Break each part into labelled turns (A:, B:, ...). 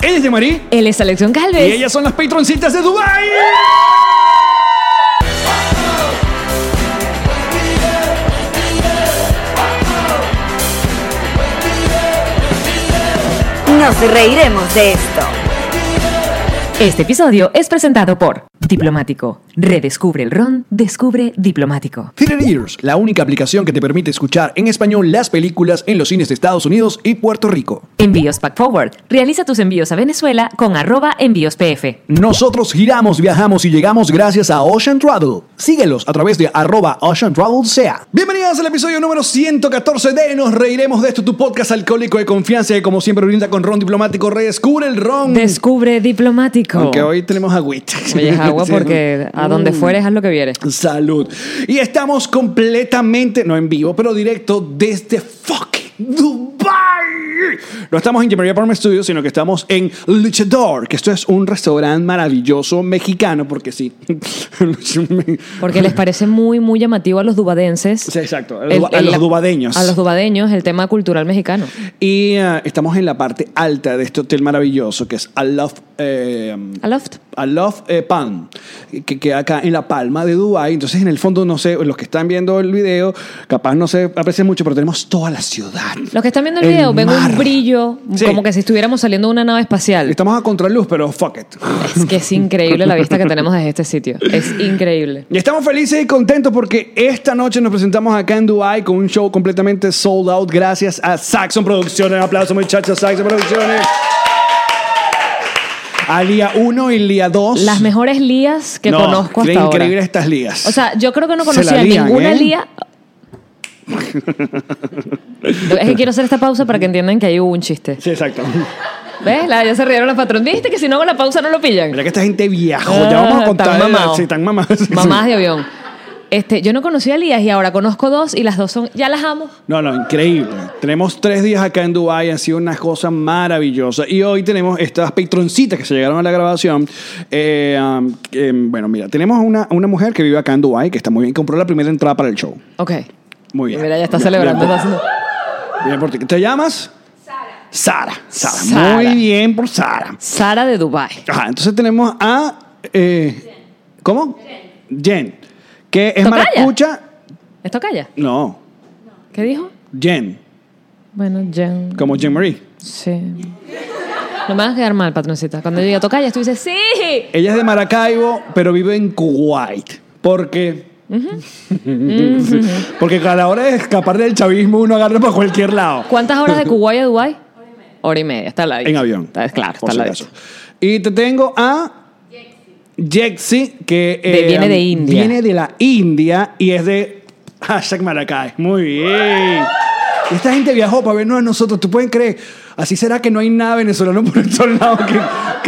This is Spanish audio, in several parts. A: Él es de Marí
B: Él es Alexión
A: y
B: Calves.
A: ellas son las patroncitas de Dubai.
C: Nos reiremos de esto.
B: Este episodio es presentado por Diplomático. Redescubre el ron, descubre Diplomático.
A: Theater Ears, la única aplicación que te permite escuchar en español las películas en los cines de Estados Unidos y Puerto Rico.
B: Envíos Pack Forward. Realiza tus envíos a Venezuela con arroba envíos PF.
A: Nosotros giramos, viajamos y llegamos gracias a Ocean Travel. Síguelos a través de arroba Ocean Travel sea. Bienvenidas al episodio número 114 de Nos Reiremos de esto, tu podcast alcohólico de confianza que como siempre brinda con Ron Diplomático. Redescubre el Ron.
B: Descubre Diplomático.
A: Mm. Aunque hoy Mm. tenemos agüita.
B: Oye, es agua porque a donde fueres haz lo que vieres.
A: Salud. Y estamos completamente, no en vivo, pero directo desde fucking Dubai. No estamos en Gemería Palm Studios, sino que estamos en Luchador, que esto es un restaurante maravilloso mexicano, porque sí.
B: Porque les parece muy, muy llamativo a los dubadenses.
A: Sí, exacto, a los duba- a los
B: la-
A: dubadeños.
B: A los dubadeños, el tema cultural mexicano.
A: y ah, estamos en la parte alta de este hotel maravilloso, que es I Love... eh,
B: Aloft.
A: a Love eh, Pan, que queda acá en La Palma de Dubái. Entonces, en el fondo, no sé, los que están viendo el video, capaz no se aprecian mucho, pero tenemos toda la ciudad.
B: Los que están viendo el,
A: El
B: video ven
A: mar.
B: un brillo,
A: Sí.
B: como que si estuviéramos saliendo de una nave espacial.
A: Estamos a contraluz, pero fuck it.
B: Es que es increíble la vista que tenemos desde este sitio. Es increíble.
A: Y estamos felices y contentos porque esta noche nos presentamos acá en Dubai con un show completamente sold out gracias a Saxon Producciones. Un aplauso muchachos, Saxon Producciones. Al día 1 y el día 2.
B: Las mejores lías que conozco hasta ahora.
A: increíble estas ligas.
B: O sea, yo creo que no
A: Se la
B: conocía
A: lían,
B: ninguna
A: ¿eh?
B: lía. es que quiero hacer esta pausa para que entiendan que ahí hubo un chiste.
A: Sí, exacto.
B: ¿Ves? La- ya se rieron las patrón. Dijiste que si no hago la pausa no lo pillan.
A: Mira que esta gente viajó.
B: Ah,
A: ya vamos a
B: tan
A: contar. de la-
B: mamado.
A: sí, tan mamadas.
B: Mamás de avión. Este, yo no conocía lías y ahora conozco dos y las dos son. Ya las amo.
A: No, no, increíble. Tenemos tres días acá en Dubái, han sido una cosa maravillosa. Y hoy tenemos estas patroncitas que se llegaron a la grabación. Eh, um, eh, bueno, mira, tenemos una, una mujer que vive acá en Dubái, que está muy bien, compró la primera entrada para el show.
B: Ok.
A: Muy bien.
B: Mira, ya está celebrando.
A: Bien,
B: está haciendo-
A: por- bien por ti. ¿Te llamas? Sara. Sara.
B: Sara.
A: Muy bien por Sara.
B: Sara de Dubai.
A: Ajá, entonces tenemos a... eh, ¿Cómo? Jen. Que es
B: Tocaya.
A: maracucha.
B: ¿Esto calla?
A: No,
B: ¿Qué dijo?
A: Jen.
B: Bueno, Jen.
A: Como Jen Marie.
B: Sí. No me vas a quedar mal, patroncita. Cuando yo diga toca, ya tú dices, ¡sí!
A: Ella es de Maracaibo, pero vive en Kuwait. Porque. Sí. Porque a la hora de escapar del chavismo uno agarra por cualquier lado.
B: ¿Cuántas horas de Kuwait a Dubai? Hora y media, está al ladito.
A: En avión.
B: Está, claro,
A: por
B: está al
A: si
B: ladito.
A: acaso. Y te tengo a. Jexi, que eh,
B: De- viene de India.
A: Viene de la India y es de hashtag Maracay. Muy bien. Esta gente viajó para vernos a nosotros. ¿Tú pueden creer? Así será que no hay nada venezolano por estos lados que,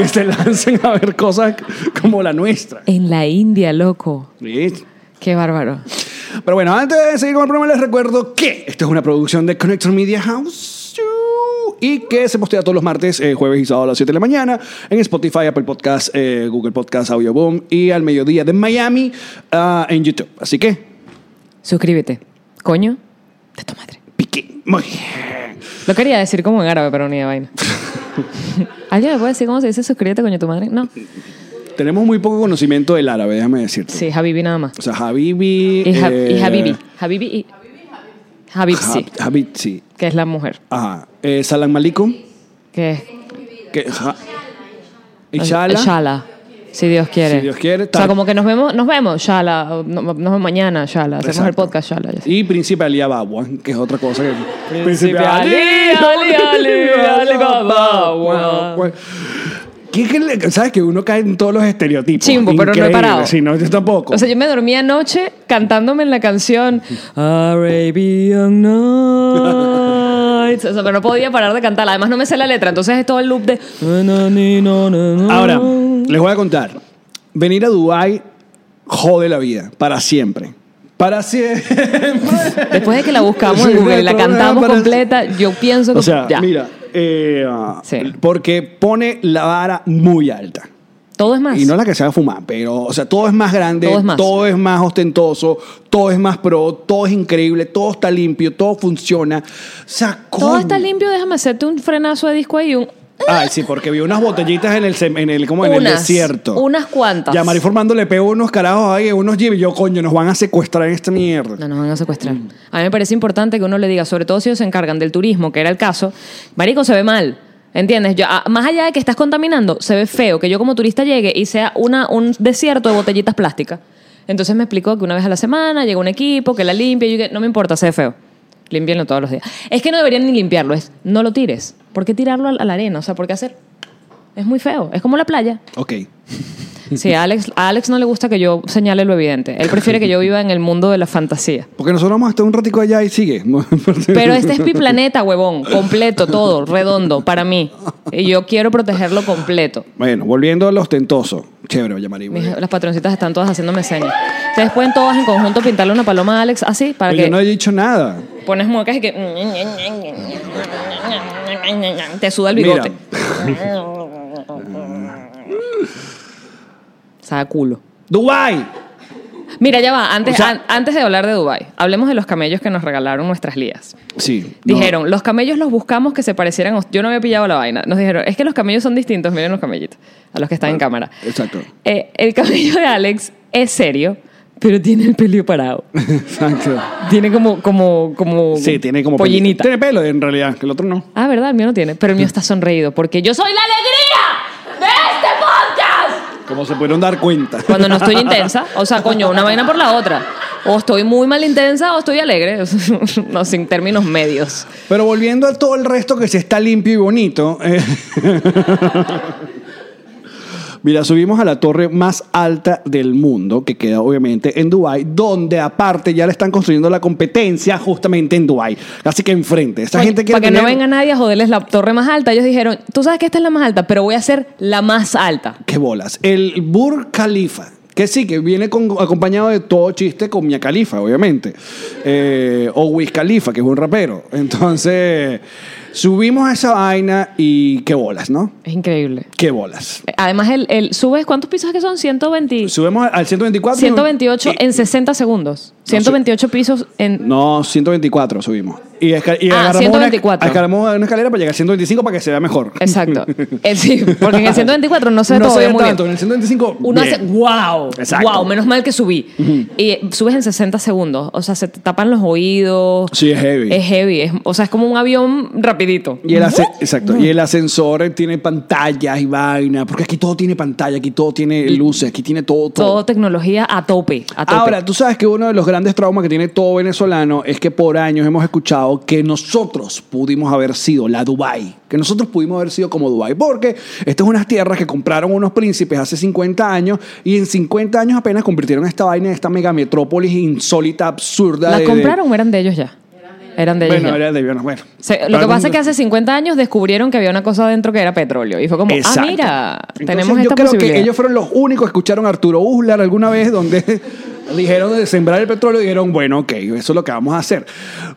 A: que se lancen a ver cosas como la nuestra.
B: En la India, loco.
A: ¿Sí?
B: Qué bárbaro.
A: Pero bueno, antes de seguir con el programa, les recuerdo que esto es una producción de Connector Media House y que se postea todos los martes, eh, jueves y sábado a las 7 de la mañana en Spotify, Apple Podcast, eh, Google Podcast, Audio Boom y al mediodía de Miami ah, en YouTube. Así que,
B: Suscríbete. Coño, de tu madre.
A: pique. Muy bien.
B: Lo quería decir como en árabe, pero ni de vaina. ¿Alguien me puede decir cómo se dice suscríbete, coño, tu madre? No.
A: Tenemos muy poco conocimiento del árabe, déjame decirte.
B: Sí, Habibi nada más.
A: O sea, Habibi.
B: Y, Ha- y
A: eh,
B: Habibi. Habibi y... Habibsi,
A: Hab- Habibsi.
B: que es la mujer.
A: Ajá. Eh, Salam Alaikum.
B: Que es...
A: Que- ja- Inshallah.
B: Shala. Si Dios quiere.
A: Si Dios quiere,
B: O sea,
A: tal.
B: como que nos vemos, nos vemos, Shala. o no- Nos vemos mañana, Shala. Hacemos el
A: Exacto.
B: podcast, Shala. ya sé.
A: Y Príncipe Ali Ababa, que es otra cosa que...
B: Príncipe Ali, Ali, Ali, Ali Baba, guau.
A: ¿Qué- qué le- ¿Sabes que uno cae en todos los estereotipos?
B: Chimbo, pero no he
A: Increíble.
B: parado.
A: Sí, no, yo tampoco.
B: O sea, yo me dormí anoche cantándome en la canción Arabian Nights. O sea, pero no podía parar de cantarla. Además, no me sé la letra. Entonces es todo el loop de.
A: Ahora, les voy a contar. Venir a Dubái jode la vida, para siempre. Para siempre.
B: Después de que la buscamos
A: Sí,
B: en Google y
A: de
B: la
A: todo,
B: cantamos
A: para-
B: completa, yo pienso que.
A: O sea,
B: ya.
A: mira, eh, ah,
B: Sí.
A: porque pone la vara muy alta.
B: Todo es más.
A: Y no la que se va a fumar, pero, o sea, todo es más grande, todo
B: Todo
A: es
B: es
A: más,
B: más.
A: ostentoso, todo es más pro, todo es increíble, todo está limpio, todo funciona. O sea,
B: Todo
A: coño.
B: está limpio, déjame hacerte un frenazo de disco ahí y un.
A: Ay, sí, porque vi unas botellitas en el, sem- en el, como en el
B: Unas,
A: desierto.
B: unas cuantas.
A: Y a Mari Formando le pegó unos carajos ahí, unos jeeps. Y yo, coño, nos van a secuestrar en esta mierda.
B: No nos van a secuestrar. A mí me parece importante que uno le diga, sobre todo si ellos se encargan del turismo, que era el caso, Marico se ve mal. ¿Entiendes? Yo, ah, más allá de que estás contaminando, se ve feo que yo como turista llegue y sea una, un desierto de botellitas plásticas. Entonces me explicó que una vez a la semana llega un equipo que la limpia y yo dije, no me importa, se ve feo. Limpienlo todos los días. Es que no deberían ni limpiarlo, es no lo tires. ¿Por qué tirarlo a la a la arena? O sea, ¿por qué hacer? Es muy feo. Es como la playa.
A: Ok.
B: Sí, a Alex, a Alex no le gusta que yo señale lo evidente. Él prefiere que yo viva en el mundo de la fantasía.
A: Porque nosotros vamos hasta un ratico allá y sigue.
B: Pero este es mi planeta, huevón, completo, todo, redondo, para mí. Y yo quiero protegerlo completo.
A: Bueno, volviendo a lo ostentoso. Chévere, Villa María.
B: Mis- las patroncitas están todas haciéndome señas. Ustedes pueden todas en conjunto pintarle una paloma a Alex así, para
A: Pero Yo
B: que
A: no he dicho nada.
B: pones muecas y que... Te suda el bigote.
A: Mira,
B: Sabe a culo.
A: Dubai.
B: Mira, ya va. Antes,
A: O sea-
B: an- antes de hablar de Dubai, hablemos de los camellos que nos regalaron nuestras lías.
A: Sí. no.
B: Dijeron, los camellos los buscamos que se parecieran. a us- Yo no había pillado la vaina. Nos dijeron, es que los camellos son distintos. Miren los camellitos, a los que están en cámara.
A: Exacto.
B: Eh, el camello de Alex es serio, pero tiene el pelio parado.
A: Exacto.
B: Tiene como, como, como.
A: Sí, tiene como
B: pollinita.
A: Tiene pelo en realidad, que el otro no.
B: Ah, verdad, el mío no tiene, pero el mío está sonreído porque yo soy la alegría de este podcast.
A: Como se pudieron dar cuenta.
B: Cuando no estoy intensa, o sea, coño, una vaina por la otra. O estoy muy mal intensa o estoy alegre. no, sin términos medios.
A: Pero volviendo a todo el resto que se está limpio y bonito. eh, Mira, subimos a la torre más alta del mundo, que queda obviamente en Dubai, donde aparte ya le están construyendo la competencia justamente en Dubai. Así que enfrente. Esta
B: Coño,
A: gente quiere
B: para que no
A: tener-
B: venga nadie a joderles la torre más alta. Ellos dijeron, tú sabes que esta es la más alta, pero voy a hacer la más alta.
A: ¿Qué bolas? El Burj Khalifa. Que sí, que viene con- acompañado de todo chiste con Mia Khalifa, obviamente. Eh, o Wiz Khalifa, que es un rapero. Entonces, subimos a esa vaina y qué bolas, ¿no?
B: Es increíble.
A: Qué bolas.
B: Además, el, el- subes, ¿cuántos pisos que son? 120,
A: Subimos al 124.
B: 128
A: y-
B: en 60 segundos. 128 pisos en...
A: No, 1124 subimos. Y, esca- y
B: Ah,
A: agarramos,
B: 124.
A: Una, escalamos una escalera para llegar al 125 para que se vea mejor.
B: Exacto. Eh, sí, porque en el 124 no se ve
A: no
B: todo
A: se ve
B: muy
A: tanto. En
B: bien.
A: el 125.
B: Uno
A: bien.
B: hace, wow,
A: Exacto.
B: wow, menos mal que subí. Y eh, subes en 60 segundos, o sea, se te tapan los oídos.
A: Sí, es heavy.
B: Es heavy, es- o sea, es como un avión rapidito.
A: Y el, asce- exacto, y el ascensor tiene pantallas y vaina, porque aquí todo tiene pantalla, aquí todo tiene luces, aquí tiene todo, todo.
B: Todo tecnología a tope, a tope.
A: Ahora, tú sabes que uno de los grandes traumas que tiene todo venezolano es que por años hemos escuchado que nosotros pudimos haber sido la Dubai, que nosotros pudimos haber sido como Dubai, porque estas son unas tierras que compraron unos príncipes hace 50 años y en 50 años apenas convirtieron esta vaina en esta mega metrópolis insólita, absurda.
B: ¿Las
A: de- de-
B: compraron o eran de ellos ya? Eran de ellos.
A: Bueno,
B: ya.
A: era de bueno, bueno.
B: Se- lo que pasa es que hace 50 años descubrieron que había una cosa adentro que era petróleo. Y fue como,
A: Exacto.
B: ah, mira,
A: Entonces,
B: tenemos
A: yo
B: esta
A: creo
B: posibilidad.
A: que ellos fueron los únicos que escucharon a Arturo Uslar alguna vez donde dijeron de sembrar el petróleo y dijeron, bueno, ok, eso es lo que vamos a hacer.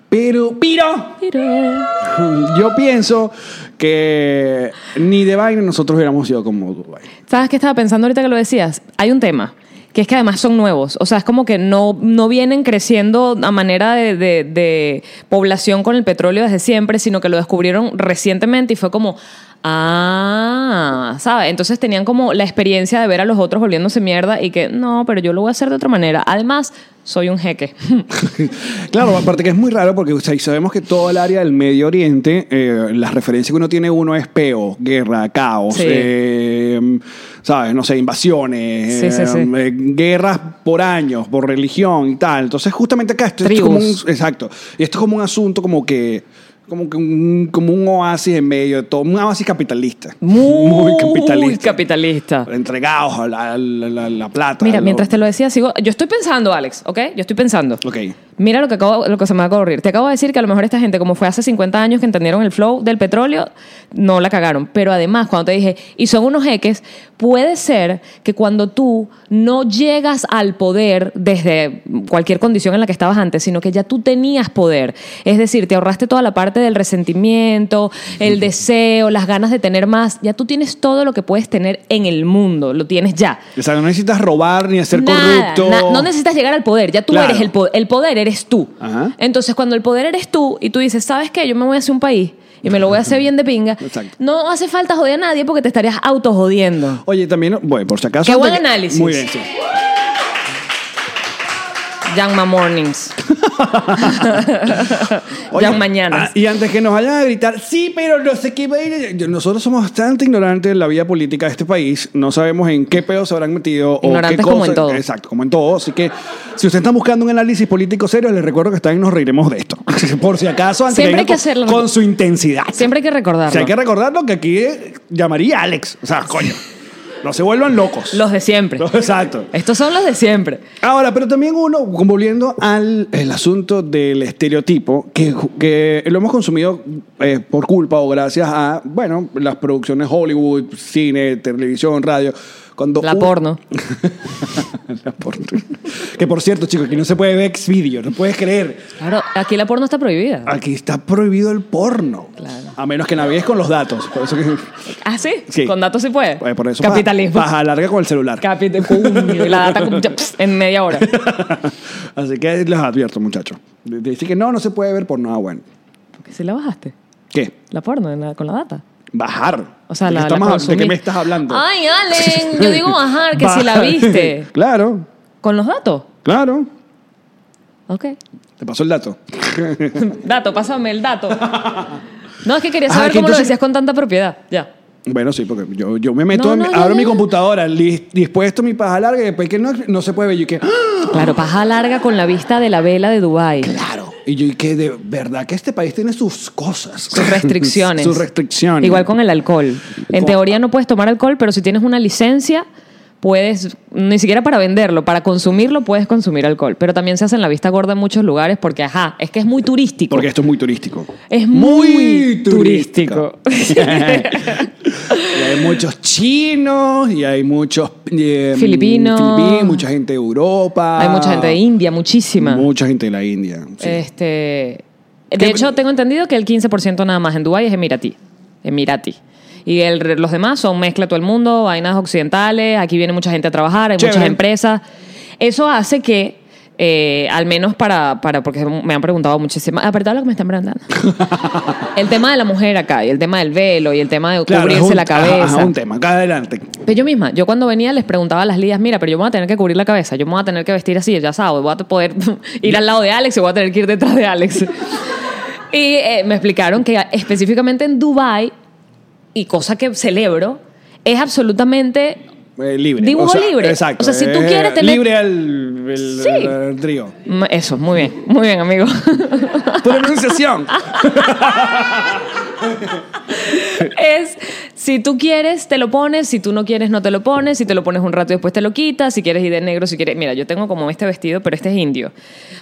A: Pero, pero,
B: Mira.
A: yo pienso que ni de vaina nosotros hubiéramos sido como Dubai.
B: ¿Sabes qué estaba pensando ahorita que lo decías? Hay un tema, que es que además son nuevos. O sea, es como que no, no vienen creciendo a manera de, de- de población con el petróleo desde siempre, sino que lo descubrieron recientemente y fue como, ah, ¿sabes? Entonces tenían como la experiencia de ver a los otros volviéndose mierda y que, no, pero yo lo voy a hacer de otra manera. Además, soy un jeque.
A: Claro, aparte que es muy raro porque o sea, y sabemos que todo el área del Medio Oriente, eh, las referencias que uno tiene uno es peo, guerra, caos,
B: Sí.
A: eh, ¿sabes? No sé, invasiones,
B: Sí, sí, sí.
A: eh, guerras por años, por religión y tal. Entonces, justamente acá esto, esto es como
B: Tribus.
A: un, exacto. Y esto es como un asunto como que como que un, como un oasis en medio de todo, un oasis capitalista.
B: Muy capitalista.
A: Entregados a la, a la- a la- a la plata.
B: Mira,
A: a lo-
B: mientras te lo decía, sigo. Yo estoy pensando, Alex, ¿ok? Yo estoy pensando.
A: Ok.
B: Mira lo que, acabo, lo que se me acaba de ocurrir. Te acabo de decir que a lo mejor esta gente, como fue hace 50 años que entendieron el flow del petróleo, no la cagaron. Pero además, cuando te dije, y son unos jeques, puede ser que cuando tú no llegas al poder desde cualquier condición en la que estabas antes, sino que ya tú tenías poder. Es decir, te ahorraste toda la parte del resentimiento, el deseo, las ganas de tener más. Ya tú tienes todo lo que puedes tener en el mundo. Lo tienes ya.
A: O sea, no necesitas robar ni hacer
B: Nada,
A: corrupto.
B: na- no necesitas llegar al poder, ya tú
A: Claro.
B: eres el poder, el poder eres tú.
A: Ajá.
B: Entonces, cuando el poder eres tú y tú dices, ¿sabes qué? Yo me voy hacia un país y me lo voy a hacer bien de pinga,
A: Exacto.
B: no hace falta joder a nadie porque te estarías autojodiendo.
A: Oye, también, bueno, por si acaso.
B: Qué
A: antes
B: buen
A: que-
B: análisis.
A: Muy bien, sí.
B: Yanma Mornings.
A: Oye,
B: ya mañana.
A: ah, y antes que nos vayan a gritar, sí, pero no sé qué va a ir". Yo- Nosotros somos bastante ignorantes de la vida política de este país. No sabemos en qué pedo se habrán metido. o
B: Ignorantes
A: qué
B: como en
A: cosa-
B: todo.
A: Exacto, como en todo. Así que si ustedes están buscando un análisis político serio, les recuerdo que están en Nos Reiremos de esto. Por si acaso, antes
B: Siempre hay
A: vengan
B: que hacerlo.
A: Con, con su intensidad.
B: Siempre hay que recordarlo.
A: O sea, hay que recordarlo que aquí eh, llamaría Alex. O sea, coño. No se vuelvan locos.
B: Los de siempre.
A: Los- Exacto.
B: Estos son los de siempre.
A: Ahora, pero también uno, volviendo al el asunto del estereotipo, que, que lo hemos consumido eh, por culpa o gracias a, bueno, las producciones Hollywood, cine, televisión, radio. Cuando
B: La
A: un-
B: porno.
A: La porno. que por cierto, chicos, aquí no se puede ver Xvideo, no puedes creer.
B: Claro, aquí la porno está prohibida.
A: Aquí está prohibido el porno.
B: Claro.
A: A menos que navegues con los datos. Por eso que,
B: ¿Ah, sí?
A: Sí.
B: Con datos sí puede.
A: eh, por eso
B: Capitalismo.
A: Paja, paja larga con el celular.
B: Capitalismo. Y la data como- ya, pss, en media hora.
A: Así que les advierto, muchachos. Dice que no, no se puede ver por nada bueno.
B: ¿Que ¿Sí la bajaste?
A: ¿Qué?
B: La porno en la- con la data.
A: Bajar.
B: O sea,
A: ¿De,
B: la,
A: qué
B: la
A: estamos- de
B: consumí.
A: qué me estás hablando?
B: Ay, Allen, yo digo bajar, que si la
A: Bajar.
B: viste.
A: claro,
B: Con los datos.
A: claro.
B: Ok.
A: Te pasó el dato.
B: Dato, pásame el dato. No, es que quería
A: Ah,
B: saber
A: que
B: cómo lo
A: entonces-
B: decías con tanta propiedad. Ya.
A: Bueno, sí, porque yo, yo me meto,
B: No,
A: en-
B: no, ya,
A: abro
B: ya,
A: mi
B: ya.
A: computadora, li- dispuesto mi paja larga y después que no, no se puede ver. Yo que, ¡ah!
B: Claro, paja larga con la vista de la vela de Dubái.
A: claro. Y yo y que de verdad que este país tiene sus cosas.
B: Sus restricciones.
A: sus restricciones.
B: Igual con el alcohol. En
A: Con-
B: teoría no puedes tomar alcohol, pero si tienes una licencia, puedes, ni siquiera para venderlo, para consumirlo puedes consumir alcohol. Pero también se hace en la vista gorda en muchos lugares porque, ajá, es que es muy turístico.
A: Porque esto es muy turístico.
B: Es muy turístico.
A: y hay muchos chinos, y hay muchos eh,
B: Filipinos.
A: filipinos, mucha gente de Europa.
B: Hay mucha gente de India, muchísima.
A: Mucha gente de la India. sí.
B: Este,
A: ¿Qué-
B: de hecho, tengo entendido que el 15% nada más en Dubái es emirati. Emirati. Y el re- los demás son mezcla todo el mundo, vainas occidentales, aquí viene mucha gente a trabajar, hay
A: Chévere.
B: muchas empresas. Eso hace que, eh, al menos para, para, porque me han preguntado muchísimo, apretado lo que me están preguntando. el tema de la mujer acá, y el tema del velo, y el tema de
A: Claro,
B: cubrirse
A: es un-
B: la cabeza.
A: ajá, ajá, un tema. Acá adelante.
B: Pero Pues yo misma, yo cuando venía les preguntaba a las ligas, mira, pero yo me voy a tener que cubrir la cabeza, yo me voy a tener que vestir así, ya sabes, voy a poder ir al lado de Alex y voy a tener que ir detrás de Alex. y eh, me explicaron que específicamente en Dubai y cosa que celebro, es absolutamente...
A: Eh, libre.
B: Dibujo libre.
A: Exacto.
B: O sea, si tú
A: eh,
B: quieres tener-
A: Libre al el,
B: Sí.
A: al trío.
B: Mm, Eso, muy bien, muy bien, amigo.
A: Pronunciación.
B: es, si tú quieres, te lo pones, si tú no quieres, no te lo pones, si te lo pones un rato y después te lo quitas, si quieres ir de negro, si quieres... Mira, yo tengo como este vestido, pero este es indio.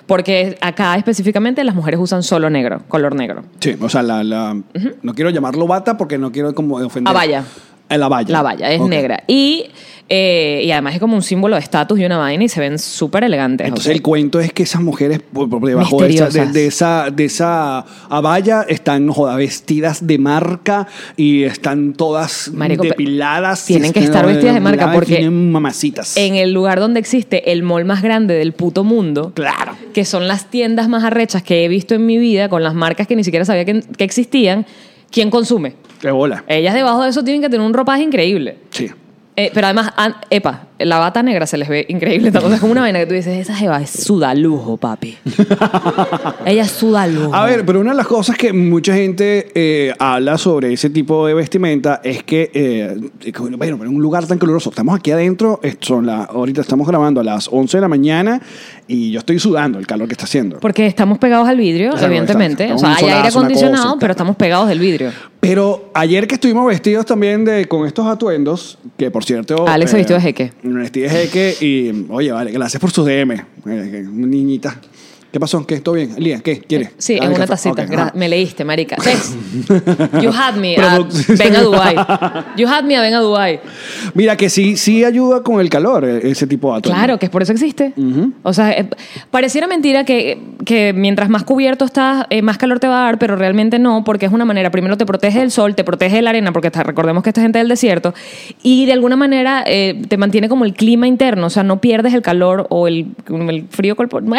B: Porque acá específicamente las mujeres usan solo negro, color negro.
A: sí, o sea, la, la- no quiero llamarlo bata porque no quiero como ofender.
B: La valla.
A: Eh, la valla.
B: La valla, es
A: Ok.
B: negra. Y, eh, y además es como un símbolo de estatus y una vaina y se ven súper elegantes.
A: Entonces
B: o sea,
A: el cuento es que esas mujeres por- por debajo de esa, de,
B: Misteriosas.
A: de esa de esa abaya están joda vestidas de marca y están todas
B: Marico, pero
A: depiladas.
B: tienen que estar vestidas de marca
A: depiladas y
B: porque-
A: tienen mamacitas.
B: en el lugar donde existe el mall más grande del puto mundo,
A: Claro.
B: que son las tiendas más arrechas que he visto en mi vida, con las marcas que ni siquiera sabía que, que existían, ¿quién consume?
A: Qué bola.
B: Ellas debajo de eso tienen que tener un ropaje increíble.
A: Sí.
B: Eh, pero además, an- epa, la bata negra se les ve increíble. Entonces, es como una vaina que tú dices, esa jeva es sudalujo, papi. Ella es sudalujo.
A: A ver, pero una de las cosas que mucha gente eh, habla sobre ese tipo de vestimenta es que, eh, es que, bueno, pero en un lugar tan caluroso, estamos aquí adentro, es- son la- ahorita estamos grabando a las 11 de la mañana y yo estoy sudando el calor que está haciendo.
B: Porque estamos pegados al vidrio,
A: Claro,
B: evidentemente.
A: exacto.
B: O sea, hay
A: Un
B: aire
A: solazo, una cosa,
B: acondicionado,
A: tal.
B: pero estamos pegados del vidrio.
A: Pero ayer que estuvimos vestidos también de, con estos atuendos, que por cierto...
B: Ah, Alex se vistió de jeque.
A: Me vestí de jeque y, oye, vale, gracias por sus DM, eh, que- niñita. ¿Qué pasó? ¿Qué? ¿Todo bien? Lía, ¿qué? ¿Quieres?
B: Sí,
A: Dame
B: en una
A: café.
B: tacita.
A: Ok,
B: Gra-
A: ajá.
B: Me leíste, marica. ¿Ves? You had me. a-
A: Produc-
B: ven a Dubai. You had me. a Ven a Dubai.
A: Mira, que sí, sí ayuda con el calor eh, ese tipo de atuendos.
B: Claro, que es por eso existe. O sea, eh, pareciera mentira que, que mientras más cubierto estás, eh, más calor te va a dar, pero realmente no, porque es una manera, primero te protege del sol, te protege de la arena, porque está- recordemos que esta gente es del desierto, y de alguna manera eh, te mantiene como el clima interno, o sea, no pierdes el calor o el, el frío corporal.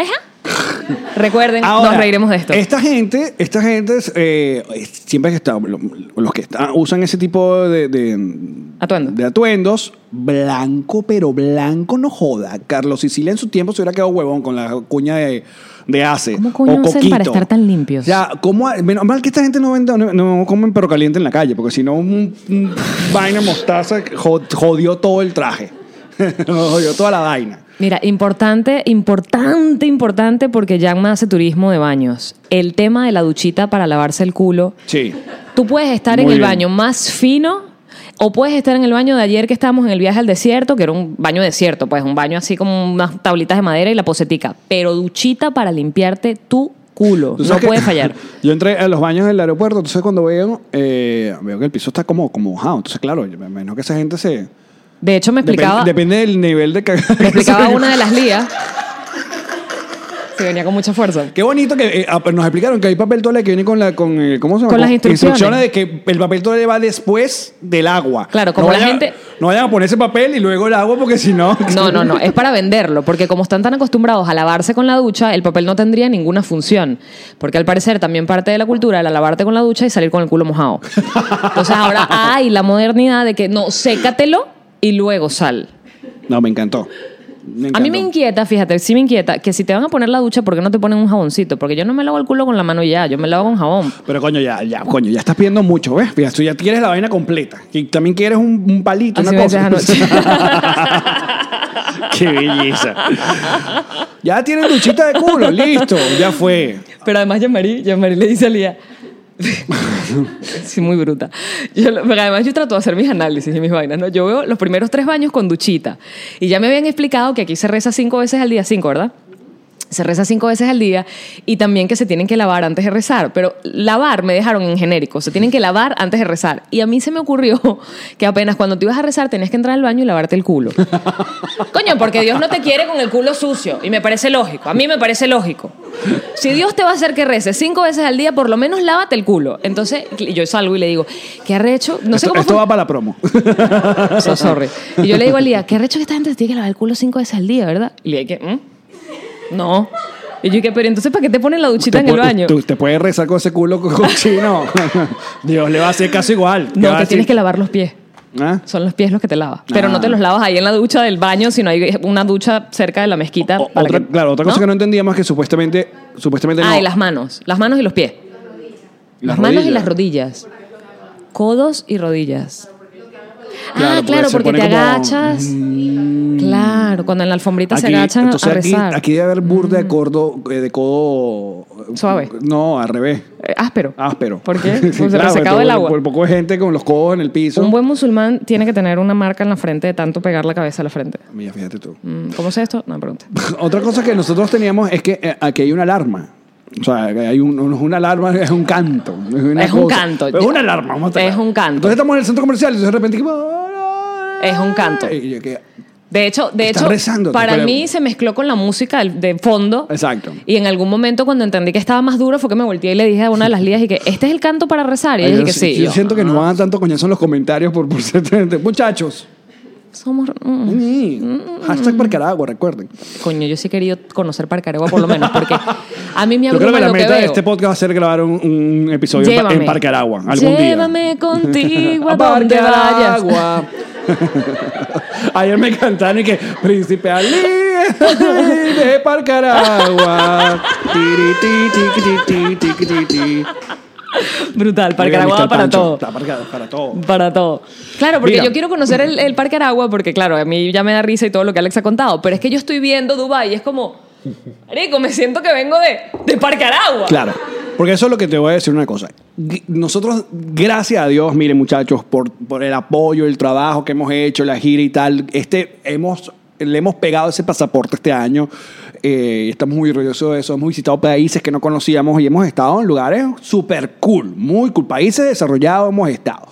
B: Recuerden,
A: Ahora,
B: pues, nos reiremos de esto.
A: Esta gente, esta gente es, eh, es- siempre que está, lo- los que está- usan ese tipo de, de-
B: Atuendo.
A: de atuendos, blanco, pero blanco no joda. Carlos Sicilia en su tiempo se hubiera quedado huevón con la cuña de, de Ace.
B: ¿Cómo coño
A: o
B: hacen
A: Coquito.
B: para estar tan limpios?
A: Ya, ¿cómo, ha- menos mal que esta gente no, venda, no, no comen pero caliente en la calle, porque si no, un, un vaina de mostaza jo- jodió todo el traje. jodió toda la vaina.
B: Mira, importante, importante, importante, porque Yanma hace turismo de baños. El tema de la duchita para lavarse el culo.
A: Sí.
B: Tú puedes estar en
A: Muy
B: el
A: bien.
B: baño más fino o puedes estar en el baño de ayer que estábamos en el viaje al desierto, que era un baño desierto, pues un baño así como unas tablitas de madera y la posetica, pero duchita para limpiarte tu culo.
A: Tú
B: No
A: sabes que
B: puede fallar.
A: Yo entré a los baños del aeropuerto, entonces cuando veo, eh, veo que el piso está como, como mojado. Entonces, claro, yo- menos que esa gente se.
B: De hecho, me explicaba,
A: Depende, depende del nivel de cagada.
B: me
A: que se
B: explicaba
A: vea.
B: una de las lías. Se venía con mucha fuerza.
A: Qué bonito que eh, ah, nos explicaron que hay papel toalla que viene con la con el, ¿cómo se llama?
B: Con las instrucciones.
A: de que el papel toalla va después del agua.
B: Claro, como
A: no
B: la
A: vayan-
B: gente-
A: no vayan a poner ese papel y luego el agua porque si no
B: No, no, no. Es para venderlo, porque como están tan acostumbrados a lavarse con la ducha, el papel no tendría ninguna función. Porque al parecer también parte de la cultura era lavarte con la ducha y salir con el culo mojado. Entonces ahora hay la modernidad de que no, sécatelo y luego sal.
A: No, me encantó.
B: A mí me
A: encantó.
B: inquieta, fíjate, sí me inquieta, que si te van a poner la ducha, ¿por qué no te ponen un jaboncito? Porque yo no me lavo el culo con la mano y ya, yo me lavo con jabón.
A: Pero coño, ya, ya, coño, ya estás pidiendo mucho, ¿ves? Fíjate, tú ya quieres la vaina completa. Y también quieres un, un palito,
B: Así
A: una
B: me
A: cosa.
B: decías
A: Qué belleza. Ya tienen duchita de culo, listo, ya fue.
B: Pero además Jean-Marie, Jean-Marie le dice a Lía. sí, muy bruta. Yo lo- pero además yo trato de hacer mis análisis y mis vainas, ¿no? Yo veo los primeros tres baños con duchita. Y ya me habían explicado que aquí se reza cinco veces al día, cinco, ¿verdad? Se reza cinco veces al día y también que se tienen que lavar antes de rezar. Pero lavar me dejaron en genérico. Se tienen que lavar antes de rezar. Y a mí se me ocurrió que apenas cuando te ibas a rezar tenías que entrar al baño y lavarte el culo. Coño, porque Dios no te quiere con el culo sucio. Y me parece lógico. A mí me parece lógico. Si Dios te va a hacer que reces cinco veces al día, por lo menos lávate el culo. Entonces yo salgo y le digo, ¿qué arrecho? No sé
A: esto
B: cómo
A: esto
B: fue-
A: va para la promo.
B: So sorry. Y yo le digo a Lía, qué recho que esta gente se tiene que lavar el culo cinco veces al día, ¿verdad? Y Lía, que, "Mm, No. Y yo, que, pero entonces, ¿para qué te ponen la duchita en
A: Te
B: el
A: pu-
B: baño?
A: Tú, te puedes rezar con ese culo co- cochino. Dios le va a hacer caso igual.
B: no,
A: va a
B: te tienes que
A: decir-
B: lavar los pies.
A: ¿Ah?
B: Son los pies los que te lavas. Pero
A: Ah.
B: no te los lavas ahí en la ducha del baño, sino hay una ducha cerca de la mezquita.
A: O-
B: para
A: otra-
B: que-
A: claro, otra cosa que no entendíamos es que supuestamente, supuestamente
B: Ah,
A: no.
B: y las manos. Las manos y los pies.
A: Las
B: Las, manos y
A: rodillas.
B: las rodillas. Codos y rodillas.
A: Claro,
B: ah,
A: porque
B: claro,
A: se
B: porque
A: pone
B: te
A: como- Mm,
B: agachas. Claro, cuando en la alfombrita se agachan a
A: entonces aquí,
B: rezar. Mm.
A: aquí debe haber burda de cordo, eh, de codo mm,
B: Suave.
A: No, al revés.
B: Eh, áspero.
A: Áspero.
B: ¿Por qué? Pues se
A: Claro,
B: resecado
A: todo-
B: el agua.
A: Por poco de gente con los codos en el piso.
B: Un buen musulmán tiene que tener una marca en la frente de tanto pegar la cabeza a la frente.
A: Mira, fíjate tú.
B: Mm, ¿Cómo sé esto? No me preguntes.
A: Otra cosa que nosotros teníamos es que eh, aquí hay una alarma. O sea, que hay un, un- una alarma, es un canto. Es, una
B: Es un
A: cosa.
B: canto.
A: Pero Es una alarma, vamos a estar
B: Es
A: claros.
B: un canto.
A: Entonces estamos en el centro comercial y de repente.
B: Es un canto.
A: Y yo que-
B: De hecho, de
A: Estás
B: hecho
A: rezando,
B: para
A: pero-
B: mí se mezcló con la música del- de fondo.
A: Exacto.
B: Y en algún momento cuando entendí que estaba más duro fue que me volteé y le dije a una de las lías y que este es el canto para rezar. Y ella
A: yo
B: dije que sí.
A: yo
B: Y yo,
A: siento que
B: "Ah,
A: nos van a dar tanto coñazo en los comentarios por, por ser. Muchachos.
B: Somos... mm".
A: Sí. Hashtag Parcaragua, recuerden.
B: Coño, yo sí he querido conocer Parcaregua por lo menos porque a mí me
A: Yo creo
B: abruma
A: que la
B: lo que
A: meta de
B: veo.
A: este podcast va a ser grabar un, un episodio en, Par- en Parcaragua algún día.
B: Llévame contigo a donde vayas.
A: Parcaragua. Ayer me cantaron y que Príncipe Ali de Parcaragua. Tiri, ti, ti, ti, ti, ti, ti, ti, ti.
B: Brutal,
A: Oiga,
B: Parcaragua
A: Mr.
B: para
A: Pancho,
B: todo.
A: Está para, para todo.
B: Para todo. Claro, porque
A: Mira.
B: yo quiero conocer el, el Parque Aragua, porque claro, a mí ya me da risa y todo lo que Alex ha contado, pero es que yo estoy viendo Dubái y es como, Rico, me siento que vengo de, de Parque Aragua.
A: Claro. Porque eso es lo que te voy a decir una cosa. G- Nosotros, gracias a Dios, miren muchachos, por, por el apoyo, el trabajo que hemos hecho, la gira y tal, este, hemos, le hemos pegado ese pasaporte este año. Eh, estamos muy orgullosos de eso. Hemos visitado países que no conocíamos y hemos estado en lugares súper cool, muy cool. Países desarrollados hemos estado.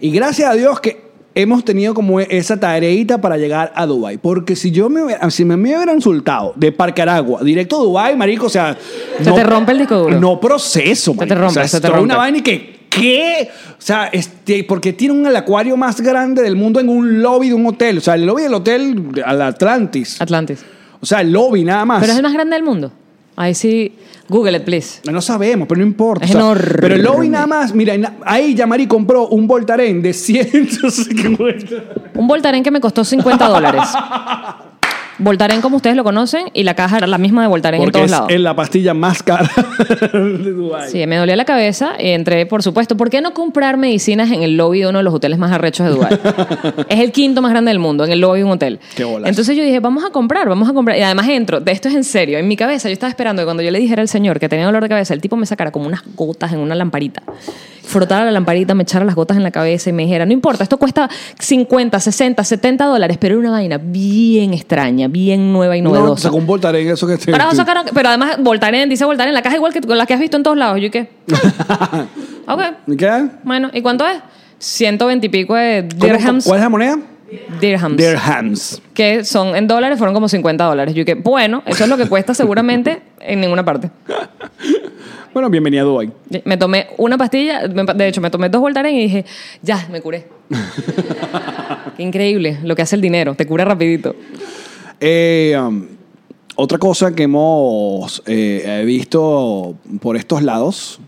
A: Y gracias a Dios que hemos tenido como esa tareita para llegar a Dubai porque si yo me hubiera- si me, me hubieran insultado de Parque Aragua directo a Dubai marico o sea
B: Se te rompe el disco duro.
A: no proceso marico.
B: te rompe,
A: o sea,
B: se
A: es
B: te
A: toda
B: rompe.
A: una vaina y que ¿Qué? O sea, este, porque tiene un el acuario más grande del mundo en un lobby de un hotel. O sea, el lobby del hotel al Atlantis.
B: Atlantis.
A: O sea, el lobby nada más.
B: Pero es el más grande del mundo. Ahí sí, Google it, please.
A: No sabemos, pero no importa.
B: Es enorme.
A: Pero el lobby nada más, mira, na- ahí Yamari compró un Voltaren de 150.
B: Un Voltaren que me costó 50 dólares. Voltaren, como ustedes lo conocen, y la caja era la misma de Voltaren en
A: Porque
B: todos
A: es
B: lados.
A: en la pastilla más cara de Dubái.
B: Sí, me dolía la cabeza y entré, por supuesto. ¿Por qué no comprar medicinas en el lobby de uno de los hoteles más arrechos de Dubái? es el quinto más grande del mundo, en el lobby de un hotel.
A: Qué bolas.
B: Entonces yo dije, vamos a comprar, vamos a comprar. Y además entro, de esto es en serio. En mi cabeza yo estaba esperando que cuando yo le dijera al señor que tenía dolor de cabeza, el tipo me sacara como unas gotas en una lamparita. Frotara la lamparita, me echara las gotas en la cabeza y me dijera, no importa, esto cuesta 50, 60, 70 dólares, pero era una vaina bien extraña, bien nueva y
A: No,
B: novedosa.
A: sacó un Voltaren, eso que te-
B: Ahora vas a sacar- pero además Voltaren dice Voltaren la caja igual que con la que has visto en todos lados. Yo ¿y qué? ok.
A: ¿Qué?
B: Bueno, ¿y cuánto es? 120 y pico de
A: ¿Cómo-
B: dirhams.
A: ¿Cuál es la moneda?
B: Dirhams.
A: Dirhams.
B: que son en dólares, fueron como 50 dólares. Yo que, bueno, eso es lo que cuesta seguramente en ninguna parte.
A: Bueno, bienvenida a Dubái.
B: Me tomé una pastilla, me- de hecho, me tomé dos Voltaren y dije, ya, me curé. Qué increíble lo que hace el dinero, te cura rapidito.
A: Eh, um, otra cosa que hemos eh, visto por estos lados.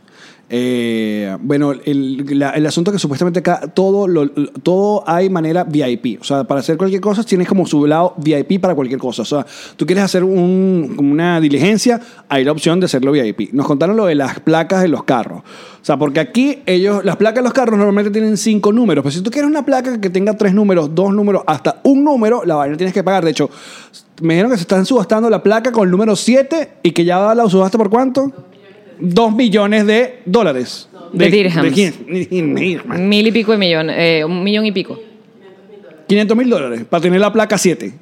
A: eh, bueno, el, la- el asunto que supuestamente acá todo, lo- todo hay manera VIP. O sea, para hacer cualquier cosa tienes como su lado VIP para cualquier cosa. O sea, tú quieres hacer un- como una diligencia, hay la opción de hacerlo VIP. Nos contaron lo de las placas de los carros. O sea, porque aquí ellos, las placas de los carros normalmente tienen cinco números. Pero si tú quieres una placa que tenga tres números, dos números, hasta un número, la vaina tienes que pagar. De hecho, me dijeron que se están subastando la placa con el número 7 y que ya la subaste por cuánto? Dos millones de dólares.
B: De dirhams.
A: dirhams.
B: Mil y pico de millón, eh, un millón y pico.
A: 500 mil dólares para tener la placa 7.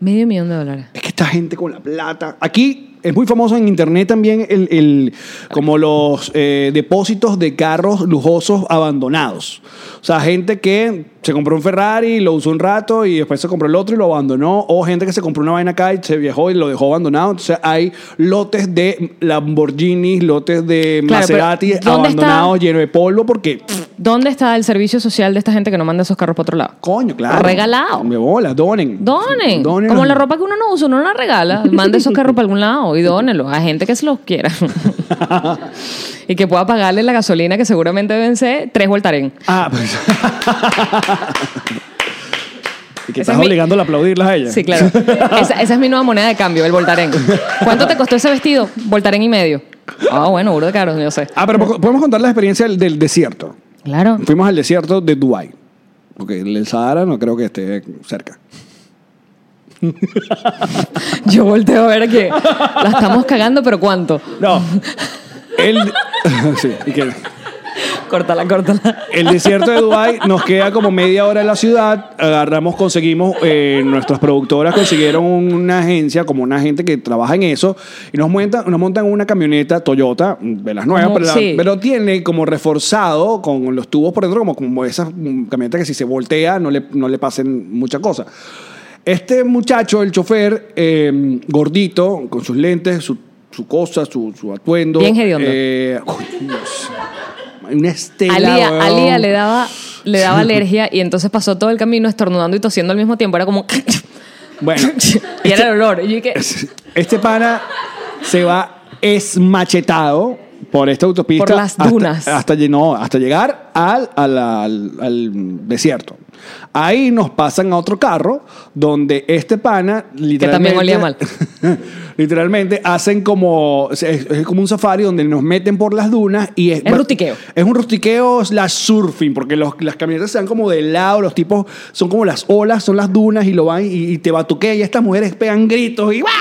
B: Medio millón de dólares.
A: Es que esta gente con la plata. Aquí es muy famoso en internet también el, el- como los eh, depósitos de carros lujosos abandonados. O sea, gente que se compró un Ferrari, lo usó un rato y después se compró el otro y lo abandonó. O gente que se compró una vaina acá y se viajó y lo dejó abandonado. Entonces hay lotes de Lamborghinis, lotes de
B: Claro, pero
A: Maserati
B: ¿dónde está?
A: abandonados, llenos de polvo, porque, pff,
B: ¿Dónde está el servicio social de esta gente que no manda esos carros para otro lado?
A: coño, claro.
B: Regalado.
A: Me bola, donen.
B: Donen.
A: Donen.
B: Como la ropa que uno no usa, uno la regala. Manda esos carros para algún lado y dónenlos a gente que se los quiera. y que pueda pagarle la gasolina que seguramente deben ser tres voltaren.
A: Ah, pues. y que
B: Ese
A: estás
B: es mi-
A: obligando a aplaudirlas a ella.
B: Sí, claro. Esa, esa es mi nueva moneda de cambio, el voltaren. ¿Cuánto te costó ese vestido? Voltaren y medio. Ah, bueno, burro de caro, yo sé.
A: Ah, pero po- podemos contar la experiencia del, del desierto.
B: Claro.
A: Fuimos al desierto de Dubái. Porque el Sahara no creo que esté cerca.
B: Yo volteo a ver que la estamos cagando, pero ¿cuánto?
A: No. El, sí, y que-
B: Córtala, córtala.
A: el desierto de Dubái nos queda como media hora de la ciudad. Agarramos, conseguimos, eh, nuestras productoras consiguieron una agencia, como una gente que trabaja en eso, y nos montan, nos montan una camioneta Toyota de las nuevas,
B: Como-
A: pero, la-
B: sí.
A: pero tiene como reforzado con los tubos por dentro, como, como esas mm, camionetas que si se voltea no le, no le pasen mucha cosa. Este muchacho, el chofer, eh, gordito, con sus lentes, su, su cosa, su, su atuendo.
B: Bien hediondo.
A: eh, uy, Dios. Una estela.
B: Alía,
A: weón.
B: Alía le daba, le daba alergia y entonces pasó todo el camino estornudando y tosiendo al mismo tiempo. Era como.
A: Bueno,
B: y era el olor. Y yo dije,
A: este pana se va esmachetado por esta autopista.
B: Por las
A: hasta-
B: dunas.
A: Hasta, lle- no, hasta llegar al, al- al- al desierto. Ahí nos pasan a otro carro donde este pana literalmente.
B: olía mal.
A: literalmente hacen como. Es, es como un safari donde nos meten por las dunas y es.
B: Es rustiqueo.
A: Es un rustiqueo slash surfing, porque los, las camionetas se dan como de lado, los tipos son como las olas, son las dunas y lo van y, y te batuquea y estas mujeres pegan gritos y ¡guau!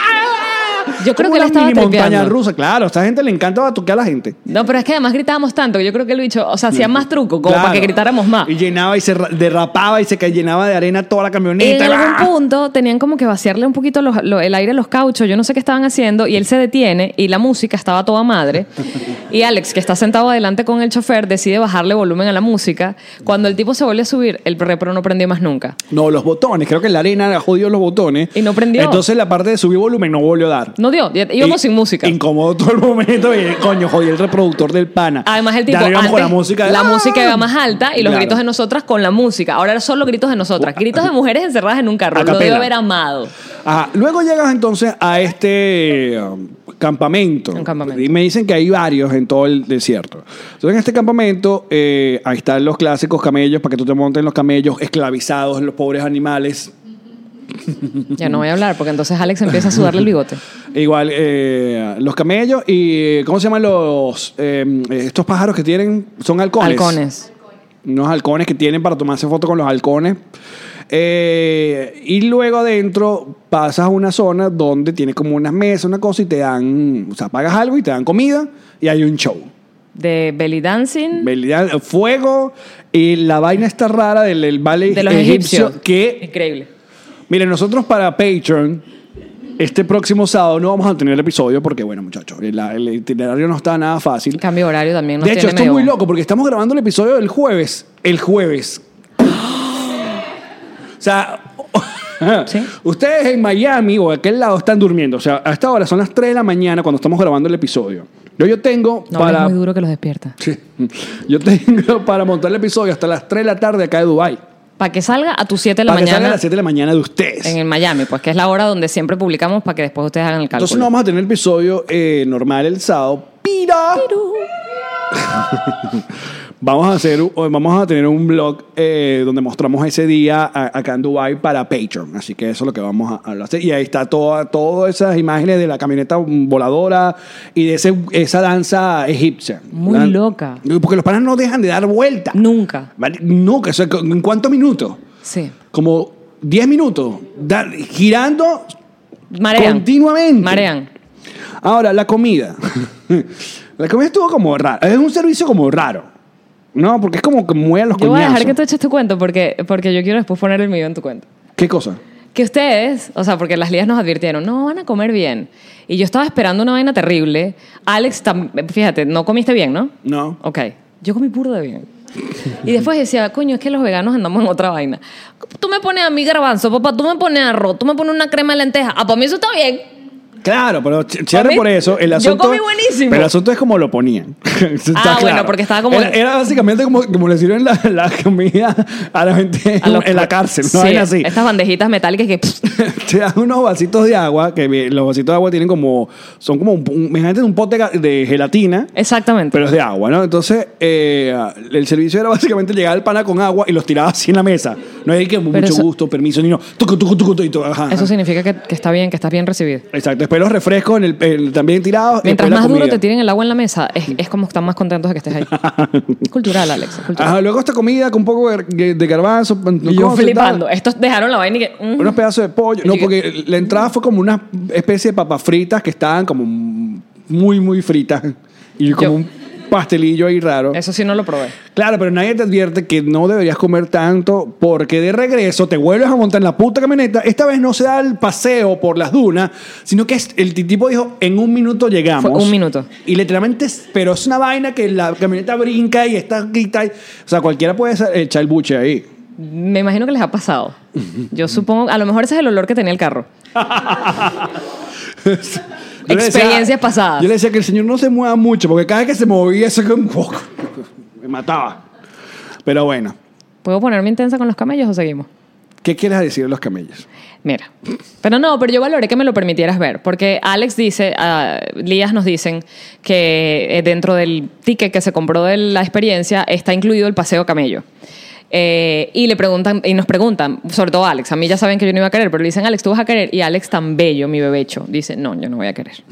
B: Yo creo
A: Como
B: que él
A: una
B: estaba
A: mini montaña
B: tripeando.
A: rusa, claro, a esta gente le encanta batuquear a la gente.
B: no, pero es que además gritábamos tanto que yo creo que el bicho, o sea, hacía más truco, como
A: Claro.
B: para que gritáramos más.
A: Y llenaba y se ra- derrapaba y se ca- llenaba de arena toda la
B: En
A: camioneta. ¡ah!
B: algún punto tenían como que vaciarle un poquito los- lo- el aire a los cauchos, yo no sé qué estaban haciendo, y él se detiene y la música estaba a toda madre. Y Alex, que está sentado adelante con el chofer, decide bajarle volumen a la música. Cuando el tipo se vuelve a subir, el repro no prendió más nunca.
A: No, los botones, creo que la arena jodió los botones.
B: Y no prendió.
A: Entonces la parte de subir volumen no volvió a dar.
B: No dio, ya- íbamos
A: Y-
B: sin música.
A: Incómodo todo el momento. Y, coño, jodí el reproductor del pana.
B: Además, el tipo.
A: Dale, vamos con la
B: antes,
A: música.
B: la
A: ¡Ah!
B: música iba más alta y los
A: Claro.
B: gritos de nosotras con la música. Ahora solo gritos de nosotras. Gritos de mujeres encerradas en un carro.
A: A
B: Lo debe
A: capela.
B: haber amado.
A: Ajá. Luego llegas entonces a este um, campamento.
B: Un campamento.
A: Y me dicen que hay varios en todo el desierto. Entonces en este campamento eh, ahí están los clásicos camellos para que tú te montes en los camellos esclavizados, los pobres animales.
B: Ya no voy a hablar porque entonces Alex empieza a sudarle el bigote.
A: Igual, eh, los camellos y eh, ¿cómo se llaman los eh, estos pájaros que tienen? Son halcones.
B: Halcones.
A: unos halcones que tienen para tomarse foto con los halcones. Eh, y luego adentro pasas a una zona donde tiene como unas mesas, una cosa, y te dan, o sea, pagas algo y te dan comida y hay un show.
B: De belly dancing.
A: Belida- Fuego y la vaina está rara del, del ballet
B: de los
A: egipcio,
B: egipcios.
A: que,
B: Increíble.
A: miren, nosotros para Patreon, este próximo sábado no vamos a tener el episodio porque, bueno, muchachos, el, el itinerario no está nada fácil.
B: Cambio de horario también. nos
A: De hecho,
B: tiene
A: esto es
B: medio-
A: muy loco porque estamos grabando el episodio del jueves. El jueves. O sea,
B: Sí.
A: ustedes en Miami o de aquel lado están durmiendo. O sea, a esta hora son las 3 de la mañana cuando estamos grabando el episodio. Yo, yo tengo
B: No,
A: para.
B: es muy duro que los despierta.
A: Sí. Yo tengo para montar el episodio hasta las 3 de la tarde acá de Dubai.
B: Para que salga a tus 7 de la
A: para que salga a
B: mañana
A: las 7 de la mañana de ustedes.
B: en el Miami, pues que es la hora donde siempre publicamos para que después ustedes hagan el cálculo.
A: Entonces no vamos a tener el episodio eh, normal el sábado. Pero vamos a hacer, o vamos a tener un blog eh, donde mostramos ese día a- acá en Dubai para Patreon. Así que eso es lo que vamos a, a hacer. Y ahí está toda, todas esas imágenes de la camioneta voladora y de ese, esa danza egipcia.
B: Muy
A: Dan-
B: loca.
A: Porque los panas no dejan de dar vuelta.
B: Nunca.
A: Vale, Nunca. O sea, ¿En cuántos minutos?
B: Sí.
A: Como 10 minutos. Dar- girando
B: Marean.
A: Continuamente.
B: Marean.
A: Ahora, la comida. la comida estuvo como rara. Es un servicio como raro. No, porque es como que mueve los
B: Yo voy a dejar que tú
A: coñazos.
B: eches tu cuento porque, porque yo quiero después poner el mío en tu cuento.
A: ¿Qué cosa?
B: Que ustedes, o sea, porque las lías nos advirtieron, no van a comer bien. Y yo estaba esperando una vaina terrible. Alex, tam- fíjate, no comiste bien, ¿no?
A: No.
B: Ok. Yo comí puro de bien. Y después decía, coño, es que los veganos andamos en otra vaina. Tú me pones a mí garbanzo, papá, tú me pones arroz, tú me pones una crema de lenteja. Ah, para mí eso está bien.
A: Claro, pero ch- chévere
B: Comí-
A: por eso. El
B: yo
A: asunto,
B: comí buenísimo.
A: Pero el asunto es como lo ponían. Está
B: Ah, bueno, porque estaba como-
A: Era, era básicamente como, como le sirven la, la comida a la gente
B: A los-
A: en la cárcel.
B: Sí, Este-
A: No Vaina así.
B: Estas bandejitas metálicas que... pss,
A: te dan unos vasitos de agua, que vi- los vasitos de agua tienen como, son como un, un- imagínate un pote ga- de gelatina,
B: Exactamente.
A: pero es de agua, ¿no? Entonces, eh, el servicio era básicamente llegar al pana con agua y los tiraba así en la mesa. No hay que mucho
B: eso-
A: gusto, permiso, ni no. Tucu, tucu, tucu, tucu, tucu, ajá, ajá.
B: Eso significa que, que está bien, que estás bien recibido.
A: Exacto, después los refrescos en el, el- también tirados. después
B: Mientras
A: la
B: más duro
A: comida.
B: te tiren el agua en la mesa, es, es como que están más contentos de que estés ahí. Es cultural, Alex. es cultural.
A: Ajá, luego esta comida con un poco de, de garbanzo. cosas
B: Y yo
A: y tal.
B: flipando. Estos dejaron la vaina y que... mm.
A: Unos pedazos de pollo. No, porque la entrada fue como una especie de papas fritas que estaban como muy, muy fritas. Y como
B: Yo-
A: un pastelillo ahí raro.
B: Eso sí no lo probé.
A: Claro, pero nadie te advierte que no deberías comer tanto porque de regreso te vuelves a montar en la puta camioneta. Esta vez no se da el paseo por las dunas, sino que es- el t- tipo dijo, en un minuto llegamos.
B: Fue un minuto.
A: Y literalmente, es- pero es una vaina que la camioneta brinca y está grita. y- o sea, cualquiera puede sa- echar el buche ahí.
B: Me imagino que les ha pasado. Yo supongo, a lo mejor ese es el olor que tenía el carro.
A: Yo le decía-
B: Experiencias pasadas.
A: Yo le decía que el señor no se mueva mucho, porque cada vez que se movía, eso que un poco me mataba. Pero bueno,
B: ¿Puedo ponerme intensa con los camellos o seguimos?
A: ¿qué quieres decir de los camellos?
B: Mira. Pero no, pero yo valoré que me lo permitieras ver, porque Alex dice, ah, Lías nos dicen que eh, dentro del ticket que se compró de la experiencia está incluido el paseo camello. Eh, y le preguntan, y nos preguntan, sobre todo Alex, a mí ya saben que yo no iba a querer, pero le dicen, Alex, tú vas a querer. Y Alex, tan bello, mi bebecho, dice, no, yo no voy a querer.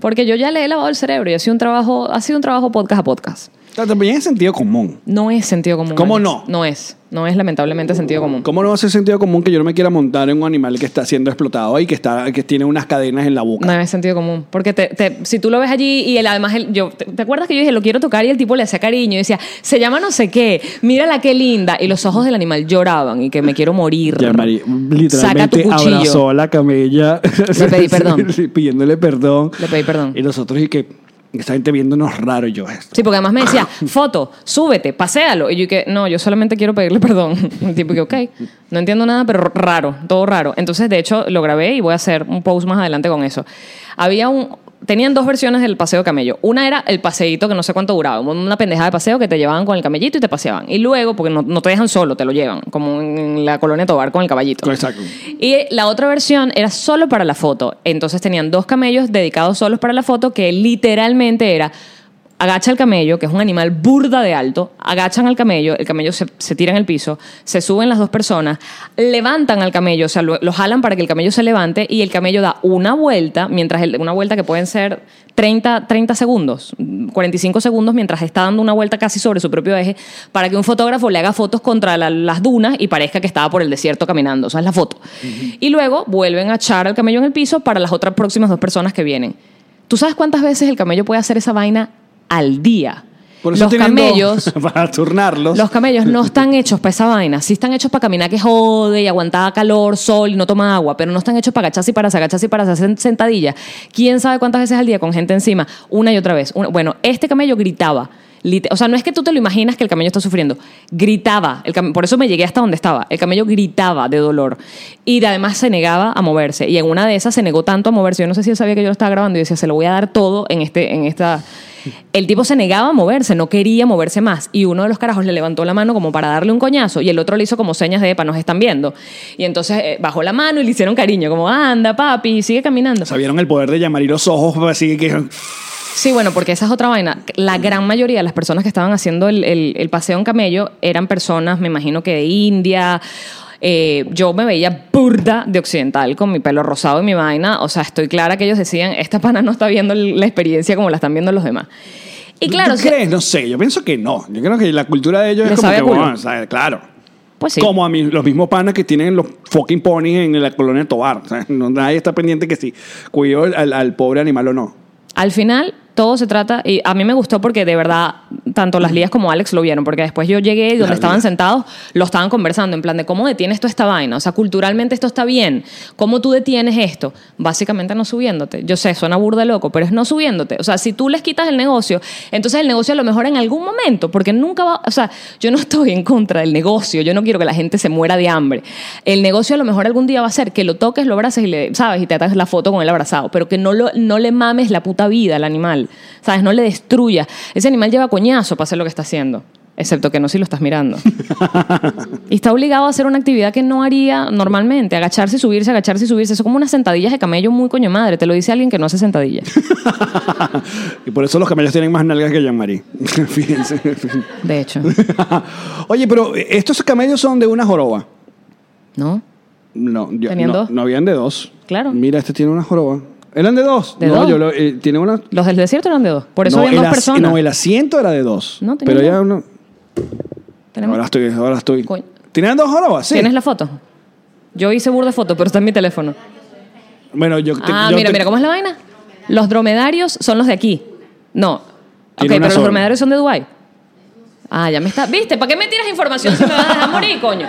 B: Porque yo ya le he lavado el cerebro y ha sido un trabajo, ha sido un trabajo podcast a podcast.
A: O sea, También es sentido común.
B: No es sentido común.
A: ¿Cómo
B: Alex.
A: no?
B: No es. No es lamentablemente sentido común.
A: ¿Cómo no va a ser sentido común que yo no me quiera montar en un animal que está siendo explotado y que, está, que tiene unas cadenas en la boca?
B: No es sentido común. Porque te- te- si tú lo ves allí y el, además, el- yo, ¿te, te acuerdas que yo dije, lo quiero tocar y el tipo le hacía cariño? Y decía, se llama no sé qué, mírala qué linda. Y los ojos del animal lloraban y que me quiero morir.
A: Ya, Mari,
B: Saca tu
A: literalmente
B: cuchillo.
A: abrazó a la camella.
B: Le pedí perdón.
A: Pidiéndole perdón.
B: Le pedí perdón.
A: Y nosotros, y que, Esta gente viéndonos raro y yo. esto.
B: Sí, porque además me decía, foto, súbete, paséalo. Y yo que, no, yo solamente quiero pedirle perdón. El tipo que, ok, no entiendo nada, pero raro, todo raro. Entonces, de hecho, lo grabé y voy a hacer un post más adelante con eso. Había un... Tenían dos versiones del paseo camello. Una era el paseíto que no sé cuánto duraba, una pendejada de paseo que te llevaban con el camellito y te paseaban. Y luego, porque no, no te dejan solo, te lo llevan, como en la colonia Tobar con el caballito.
A: Exacto.
B: Y la otra versión era solo para la foto. Entonces tenían dos camellos dedicados solos para la foto, que literalmente era agacha el camello, que es un animal burda de alto, agachan al camello, el camello se, se tira en el piso, se suben las dos personas, levantan al camello, o sea, lo, lo jalan para que el camello se levante y el camello da una vuelta, mientras el- una vuelta que pueden ser 30, 30 segundos, 45 segundos, mientras está dando una vuelta casi sobre su propio eje, para que un fotógrafo le haga fotos contra la- las dunas y parezca que estaba por el desierto caminando, o sea, es la foto. Y luego vuelven a echar al camello en el piso para las otras próximas dos personas que vienen. ¿Tú sabes cuántas veces el camello puede hacer esa vaina al día?
A: Por eso
B: los
A: tienen dos
B: camellos,
A: para turnarlos.
B: los camellos no están hechos para esa vaina. Sí están hechos para caminar que jode y aguantar calor, sol y no toma agua, pero no están hechos para agacharse y para agacharse y para hacer sentadillas. ¿Quién sabe cuántas veces al día con gente encima? Una y otra vez. Una- bueno, este camello gritaba. Lite- O sea, no es que tú te lo imaginas que el camello está sufriendo. Gritaba. El cam- Por eso me llegué hasta donde estaba. El camello gritaba de dolor. Y de- además se negaba a moverse. Y en una de esas se negó tanto a moverse. Yo no sé si él sabía que yo lo estaba grabando y decía, se lo voy a dar todo en, este, en esta... El tipo se negaba a moverse, no quería moverse más. Y uno de los carajos le levantó la mano como para darle un coñazo y el otro le hizo como señas de, epa, nos están viendo. Y entonces eh, bajó la mano y le hicieron cariño, como, anda, papi, y sigue caminando.
A: Sabieron el poder de llamar y los ojos, pues, así que dijeron,
B: Sí, bueno, porque esa es otra vaina. La gran mayoría de las personas que estaban haciendo el, el- el paseo en camello eran personas, me imagino que de India. Eh, yo me veía burda de occidental con mi pelo rosado y mi vaina. O sea, estoy clara que ellos decían, esta pana no está viendo la experiencia como la están viendo los demás. Y claro,
A: ¿tú
B: si-
A: crees? No sé, yo pienso que no. Yo creo que la cultura de ellos
B: Le
A: es como
B: sabe
A: que,
B: a culo.
A: bueno, sabe, claro.
B: pues sí.
A: Como a mí, los mismos panas que tienen los fucking ponies en la colonia Tobar. O sea, no- nadie está pendiente que si cuidó al, al pobre animal o no.
B: Al final, todo se trata, y a mí me gustó porque de verdad, tanto las lías como Alex lo vieron, porque después yo llegué y donde
A: Las
B: estaban
A: Lías.
B: sentados, lo estaban conversando, en plan de cómo detienes tú esta vaina, o sea, culturalmente esto está bien, cómo tú detienes esto, básicamente no subiéndote. Yo sé, suena burda loco, pero es no subiéndote. O sea, si tú les quitas el negocio, entonces el negocio a lo mejor en algún momento, porque nunca va, o sea, yo no estoy en contra del negocio, yo no quiero que la gente se muera de hambre. El negocio a lo mejor algún día va a ser que lo toques, lo abraces y le, ¿sabes? Y te atas la foto con el abrazado, pero que no, lo, no le mames la puta vida al animal, ¿sabes? No le destruya. Ese animal lleva coñazo para hacer lo que está haciendo. Excepto que no si lo estás mirando. Y está obligado a hacer una actividad que no haría normalmente, agacharse y subirse, agacharse y subirse. Eso es como unas sentadillas de camello muy coño madre. Te lo dice alguien que no hace sentadillas.
A: y por eso los camellos tienen más nalgas que Jean-Marie. Fíjense.
B: De hecho,
A: Oye, pero eh, estos camellos son de una joroba.
B: ¿no?
A: No, yo-
B: ¿Tenían
A: no,
B: dos?
A: no habían de dos.
B: Claro.
A: Mira, este tiene una joroba. ¿Eran de dos?
B: ¿De
A: no,
B: dos?
A: yo lo- eh, tiene una.
B: Los del desierto eran de dos. Por eso
A: no,
B: habían
A: el
B: dos
A: as-
B: personas.
A: No, el asiento era de dos.
B: No, tenían
A: Pero ya
B: dos.
A: uno.
B: Tenemos-
A: Ahora estoy, ahora estoy.
B: Coño.
A: ¿Tenían dos jorobas? Sí.
B: ¿Tienes la foto? Yo hice burda foto, pero está en mi teléfono.
A: Bueno, yo. te-
B: Ah,
A: yo
B: mira,
A: te-
B: mira, ¿cómo es la vaina? Los dromedarios son los de aquí. No. Ok,
A: Tiene una
B: pero los
A: sola.
B: dromedarios son de Dubái. Ah, ya me está. ¿Viste? ¿Para qué me tiras información si me vas a dejar morir, coño?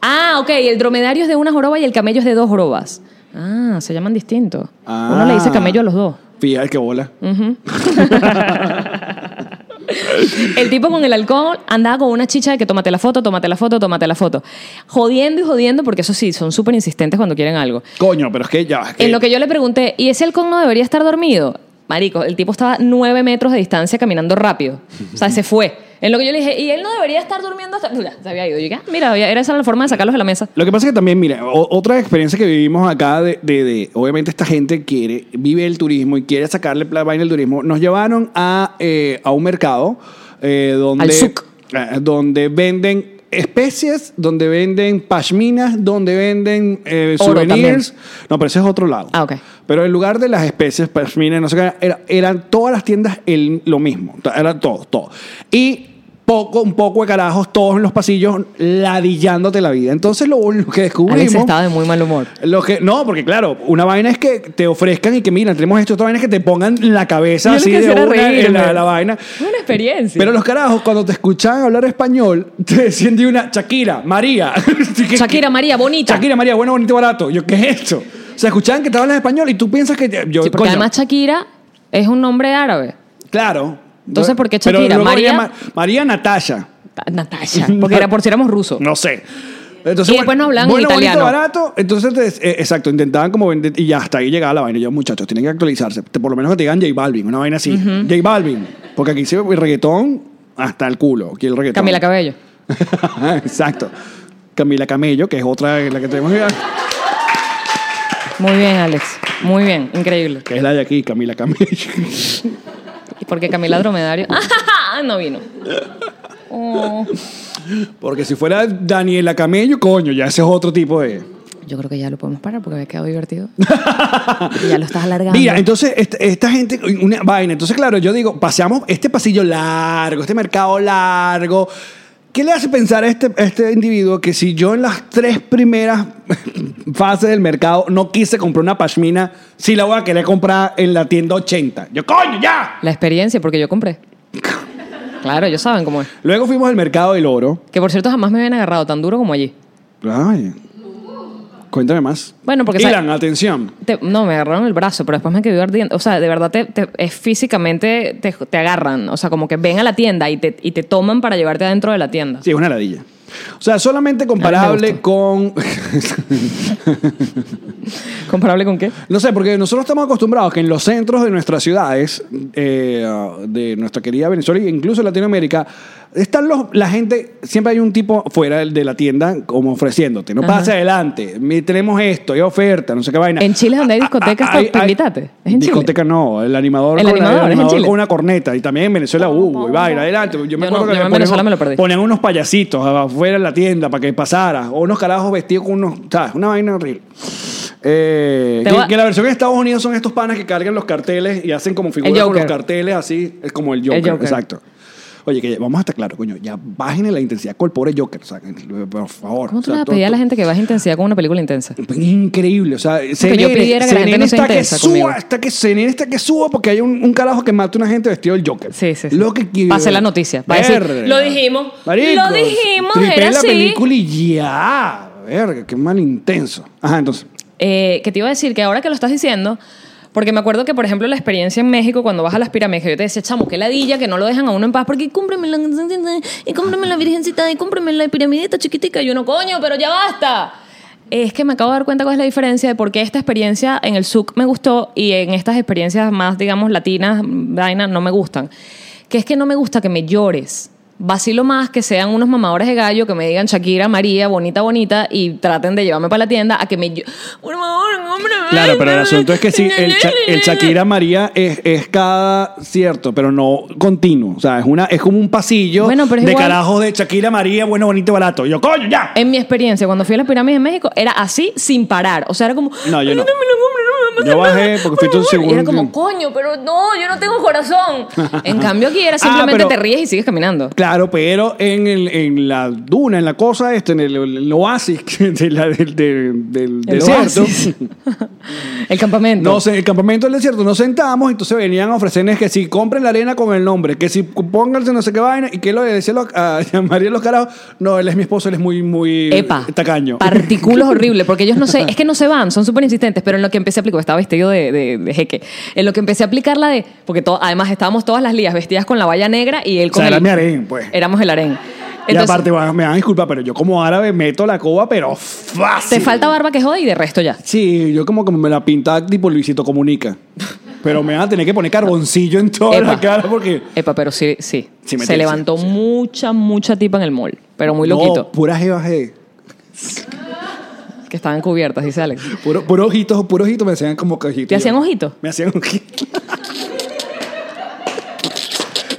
B: Ah, ok, el dromedario es de una joroba y el camello es de dos jorobas. Ah, se llaman distintos.
A: Ah.
B: Uno le dice camello a los dos.
A: Fíjate qué bola.
B: Mm. El tipo con el alcohol andaba con una chicha de que tómate la foto, tómate la foto, tómate la foto. Jodiendo y jodiendo, porque eso sí, son súper insistentes cuando quieren algo.
A: Coño, pero es que ya. es
B: En lo que yo le pregunté, ¿y ese halcón no debería estar dormido? Marico, el tipo estaba nueve metros de distancia caminando rápido. O sea, se fue. En lo que yo le dije, ¿y él no debería estar durmiendo hasta.? Ya, se había ido. Yo dije, ah, mira, había- era esa la forma de sacarlos de la mesa.
A: Lo que pasa es que también, mira, o- otra experiencia que vivimos acá de, de- de- obviamente esta gente quiere, vive el turismo y quiere sacarle la vaina al turismo. Nos llevaron a, eh, a un mercado eh, donde,
B: Al souk.
A: eh, donde venden especies, donde venden pashminas, donde venden eh,
B: Oro
A: souvenirs. No, pero ese es otro lado.
B: Ah, ok.
A: Pero en lugar de las especies, pashminas, no sé qué, era- eran todas las tiendas el- lo mismo. Era todo, todo. Y poco, un poco de carajos, todos en los pasillos, ladillándote la vida. Entonces lo, lo que
B: Alex
A: descubrimos...
B: estaba de muy mal humor.
A: Lo que, no, porque claro, una vaina es que te ofrezcan y que mira, tenemos esto, otra vaina es que te pongan la cabeza
B: Yo lo
A: así
B: que
A: de
B: hacía era
A: una en la,
B: reírme.
A: la vaina.
B: Una experiencia.
A: Pero los carajos, cuando te escuchaban hablar español, te decían de una Shakira, María.
B: Shakira María, bonita.
A: Shakira, María, bueno, bonito, barato. Yo, ¿qué es esto? O sea, escuchaban que te hablas español y tú piensas que... Yo,
B: Sí, porque
A: coño,
B: además Shakira Es un nombre árabe.
A: claro.
B: Entonces, ¿por qué Shakira?
A: luego
B: María-
A: llama- María Natasha.
B: Ta- Natasha. Porque era por si éramos rusos.
A: No sé. Entonces,
B: Y después no hablaban
A: bueno, bonito,
B: italiano.
A: barato. Entonces, eh, exacto, intentaban como vender y ya hasta ahí llegaba la vaina. Y Yo, muchachos, tienen que actualizarse. Te- Por lo menos que te digan J Balvin, una vaina así. J Balvin. Porque aquí se el reggaetón hasta el culo. Aquí el reggaetón.
B: Camila Cabello.
A: exacto. Camila Camello, que es otra la que tenemos acá,
B: Muy bien, Alex. Muy bien. Increíble.
A: que es la de aquí, Camila Camello.
B: Y Porque Camila Dromedario. ¡Ah! No vino. Oh.
A: Porque si fuera Daniela Camello, coño, ya ese es otro tipo de.
B: Yo creo que ya lo podemos parar porque había quedado divertido. ya lo estás alargando.
A: Mira, entonces esta, esta gente, una vaina. Entonces, claro, yo digo, paseamos este pasillo largo, este mercado largo. ¿Qué le hace pensar a este, a este individuo que si yo en las tres primeras fases del mercado no quise comprar una pashmina, sí la voy a querer comprar en la tienda 80? Yo, coño, ya.
B: La experiencia, porque yo compré. Claro, ellos saben cómo es.
A: Luego fuimos al mercado del oro.
B: Que por cierto, jamás me habían agarrado tan duro como allí.
A: Ay, cuéntame más.
B: Bueno, porque sabe-
A: Ilan, atención.
B: Te- no, me agarraron el brazo, pero después me quedé ardiendo. O sea, de verdad, te, te- es físicamente te, te agarran. O sea, como que ven a la tienda y te, y te toman para llevarte adentro de la tienda.
A: Sí, es una ladilla. O sea, solamente comparable
B: gustó.
A: con...
B: ¿Comparable con qué?
A: No sé, porque nosotros estamos acostumbrados que en los centros de nuestras ciudades, eh, de nuestra querida Venezuela e incluso Latinoamérica, están los, la gente, siempre hay un tipo fuera del- de la tienda como ofreciéndote, no pase adelante, mi- tenemos esto, hay oferta, no sé qué vaina.
B: En Chile es donde hay
A: Ah,
B: discotecas,
A: ah,
B: te-
A: hay-
B: te
A: hay-
B: invítate. Es en Chile.
A: discoteca no, el animador,
B: El
A: con,
B: animador, es en Chile.
A: con una corneta y también en Venezuela hubo y vaina, adelante. Yo
B: Yo
A: me
B: no,
A: acuerdo que
B: yo
A: le
B: en
A: ponían-
B: Venezuela me lo perdí.
A: ponían unos payasitos afuera de la tienda para que pasara, o unos carajos vestidos con unos, ¿sabes? Una vaina horrible. Eh,
B: Te
A: que,
B: voy a-
A: que la versión en Estados Unidos son estos panas que cargan los carteles y hacen como figuras con los
B: Joker.
A: carteles así, es como el Joker,
B: Joker.
A: exacto. Oye, que vamos a estar claro, coño, ya bajen la intensidad con el pobre Joker, o sea, por favor.
B: ¿Cómo tú
A: O sea,
B: le vas a
A: todo-
B: pedir a la gente que baje intensidad con una película intensa?
A: Increíble, o sea,
B: que yo pidiera que la gente no sea
A: está que
B: intensa
A: suba,
B: conmigo.
A: está que CNN está que suba porque hay un, un carajo que mata a una gente vestido del Joker.
B: Sí, sí, sí.
A: Lo que quiero-
B: Pase la noticia, va a decir,
A: Verga.
B: "Lo dijimos,
A: Marico,
B: lo dijimos,
A: tripé
B: era
A: la
B: así".
A: película y ya. Verga, qué mal intenso. Ajá, entonces.
B: Eh, que te iba a decir que ahora que lo estás diciendo, porque me acuerdo que, por ejemplo, la experiencia en México, cuando vas a las pirámides, que yo te decía, chamo, qué ladilla, que no lo dejan a uno en paz, porque cómprame la, y cómprame la virgencita, y cómprame la piramidita chiquitica, y uno, coño, pero ya basta. Es que me acabo de dar cuenta cuál es la diferencia de por qué esta experiencia en el SUC me gustó y en estas experiencias más, digamos, latinas, vainas, no me gustan. Que es que no me gusta que me llores. Vacilo más que sean unos mamadores de gallo que me digan Shakira, María, bonita, bonita y traten de llevarme para la tienda a que me... llo- Por favor, cómprame.
A: Claro, pero el asunto es que sí, el, Sha- el Shakira María es, es cada cierto, pero no continuo. O sea, es, una, es como un pasillo
B: Bueno, pero es
A: de
B: igual.
A: carajos de Shakira María, bueno, bonito y barato. Yo, coño, ya.
B: En mi experiencia, cuando fui a las pirámides de México, era así sin parar. O sea, era como.
A: No, yo
B: "Ay,
A: no.
B: me lo compro, no me va a
A: Yo
B: pasar
A: bajé
B: nada,
A: porque fui
B: por
A: todo
B: favor". Y era
A: seguro.
B: como, coño, pero no, yo no tengo corazón. en cambio, aquí era
A: Ah,
B: simplemente
A: pero-
B: te ríes y sigues caminando.
A: Claro, pero en, el- en la duna, en la cosa esta, en el, el oasis de la- del, del- del
B: El
A: desierto.
B: oasis. el campamento.
A: Nos- en el campamento del desierto nos sentamos, entonces venían a ofrecerles que si compren la arena con el nombre, que si pónganse no sé qué vaina, y que lo decía los- a María los carajos, no, él es mi esposo, él es muy, muy
B: Epa,
A: tacaño.
B: Partículos horribles, porque ellos no sé, es que no se van, son súper insistentes, pero en lo que empecé a aplicar, estaba vestido de, de- de jeque, en lo que empecé a aplicar la de, porque to- además estábamos todas las lías vestidas con la valla negra y él
A: O
B: con
A: sea,
B: el,
A: era mi harén, pues.
B: Éramos el harén.
A: y
B: Entonces,
A: aparte, bueno, me van a disculpar, pero yo como árabe meto la coba, pero
B: Te
A: fácil.
B: falta barba que jode y de resto ya.
A: Sí, yo como que me la pintaba tipo Luisito Comunica. Pero me van a tener que poner carboncillo en toda la
B: Epa.
A: cara porque...
B: Epa, pero sí,
A: Sí,
B: sí.
A: me
B: se
A: entiendes,
B: levantó mucha, mucha tipa en el mall, pero muy
A: No,
B: loquito,
A: puras jevas, eh.
B: que estaban cubiertas, dice Alex.
A: Puro, puro ojitos, puro ojitos me hacían como que ojitos.
B: ¿Te hacían
A: Yo-
B: ojitos?
A: Me hacían ojitos.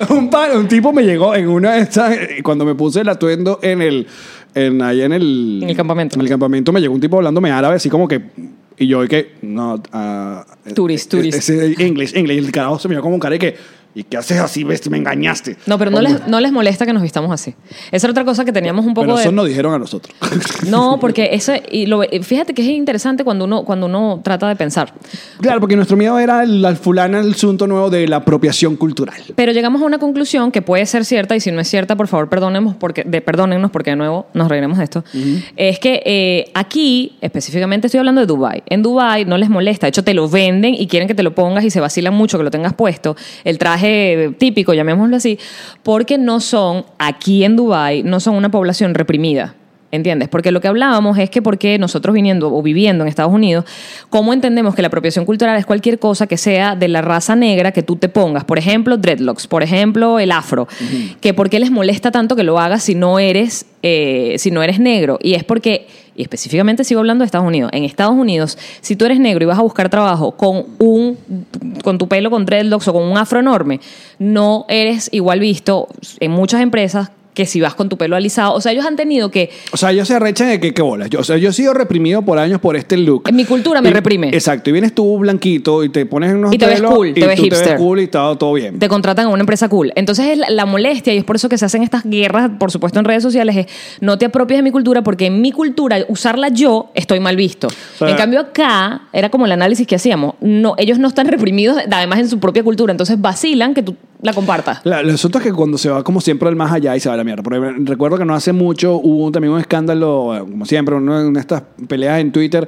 A: un, pa- un tipo me llegó en una de estas, eh, cuando me puse el atuendo en el, en, ahí en el...
B: En el campamento.
A: En el campamento me llegó un tipo hablándome árabe, así como que... Y yo, y que, no, ah, eh,
B: Tourist, tourist.
A: Ese, English, English. El carajo se miró como un cara y que, ¿Y qué haces así, ves? Me engañaste.
B: No, pero no
A: Oye,
B: les, no les molesta que nos vistamos así. Esa era otra cosa que teníamos un poco
A: Pero eso
B: de...
A: no dijeron a nosotros.
B: No, porque eso, y lo, y fíjate que es interesante cuando uno, cuando uno trata de pensar.
A: claro, porque nuestro miedo era la fulana, el asunto nuevo de la apropiación cultural.
B: Pero llegamos a una conclusión que puede ser cierta, y si no es cierta, por favor, perdónemos porque, de, perdónennos porque de nuevo nos reiremos de esto. Es que eh, aquí, específicamente estoy hablando de Dubai En Dubai no les molesta, de hecho te lo venden y quieren que te lo pongas y se vacilan mucho que lo tengas puesto, el traje típico, llamémoslo así, porque no son, aquí en Dubai no son una población reprimida. ¿Entiendes? Porque lo que hablábamos es que porque nosotros viniendo o viviendo en Estados Unidos, ¿cómo entendemos que la apropiación cultural es cualquier cosa que sea de la raza negra que tú te pongas? Por ejemplo, dreadlocks, por ejemplo, el afro. Que por qué les molesta tanto que lo hagas si no eres, eh, si no eres negro. Y es porque, y específicamente sigo hablando de Estados Unidos, en Estados Unidos, si tú eres negro y vas a buscar trabajo con un con tu pelo con dreadlocks o con un afro enorme, no eres igual visto en muchas empresas que si vas con tu pelo alisado. O sea, ellos han tenido que
A: O sea, ellos se arrechan de que qué bolas. Yo, o sea, yo he sido reprimido por años por este look.
B: En mi cultura me
A: Y-
B: reprime.
A: Exacto. Y vienes tú blanquito y te pones unos
B: Y te ves
A: pelos
B: cool, te
A: y
B: ves
A: tú te
B: hipster.
A: ves cool y está todo bien.
B: te contratan a una empresa cool. Entonces es la, la molestia y es por eso que se hacen estas guerras, por supuesto en redes sociales, es no te apropies de mi cultura porque en mi cultura usarla yo estoy mal visto.
A: sea,
B: en cambio acá era como el análisis que hacíamos. No, ellos no están reprimidos además en su propia cultura, entonces vacilan que tú la compartas.
A: La, el asunto es que cuando se va como siempre al más allá y se va a la mierda. Porque recuerdo que no hace mucho hubo también un escándalo, eh, como siempre, una, una de estas peleas en Twitter.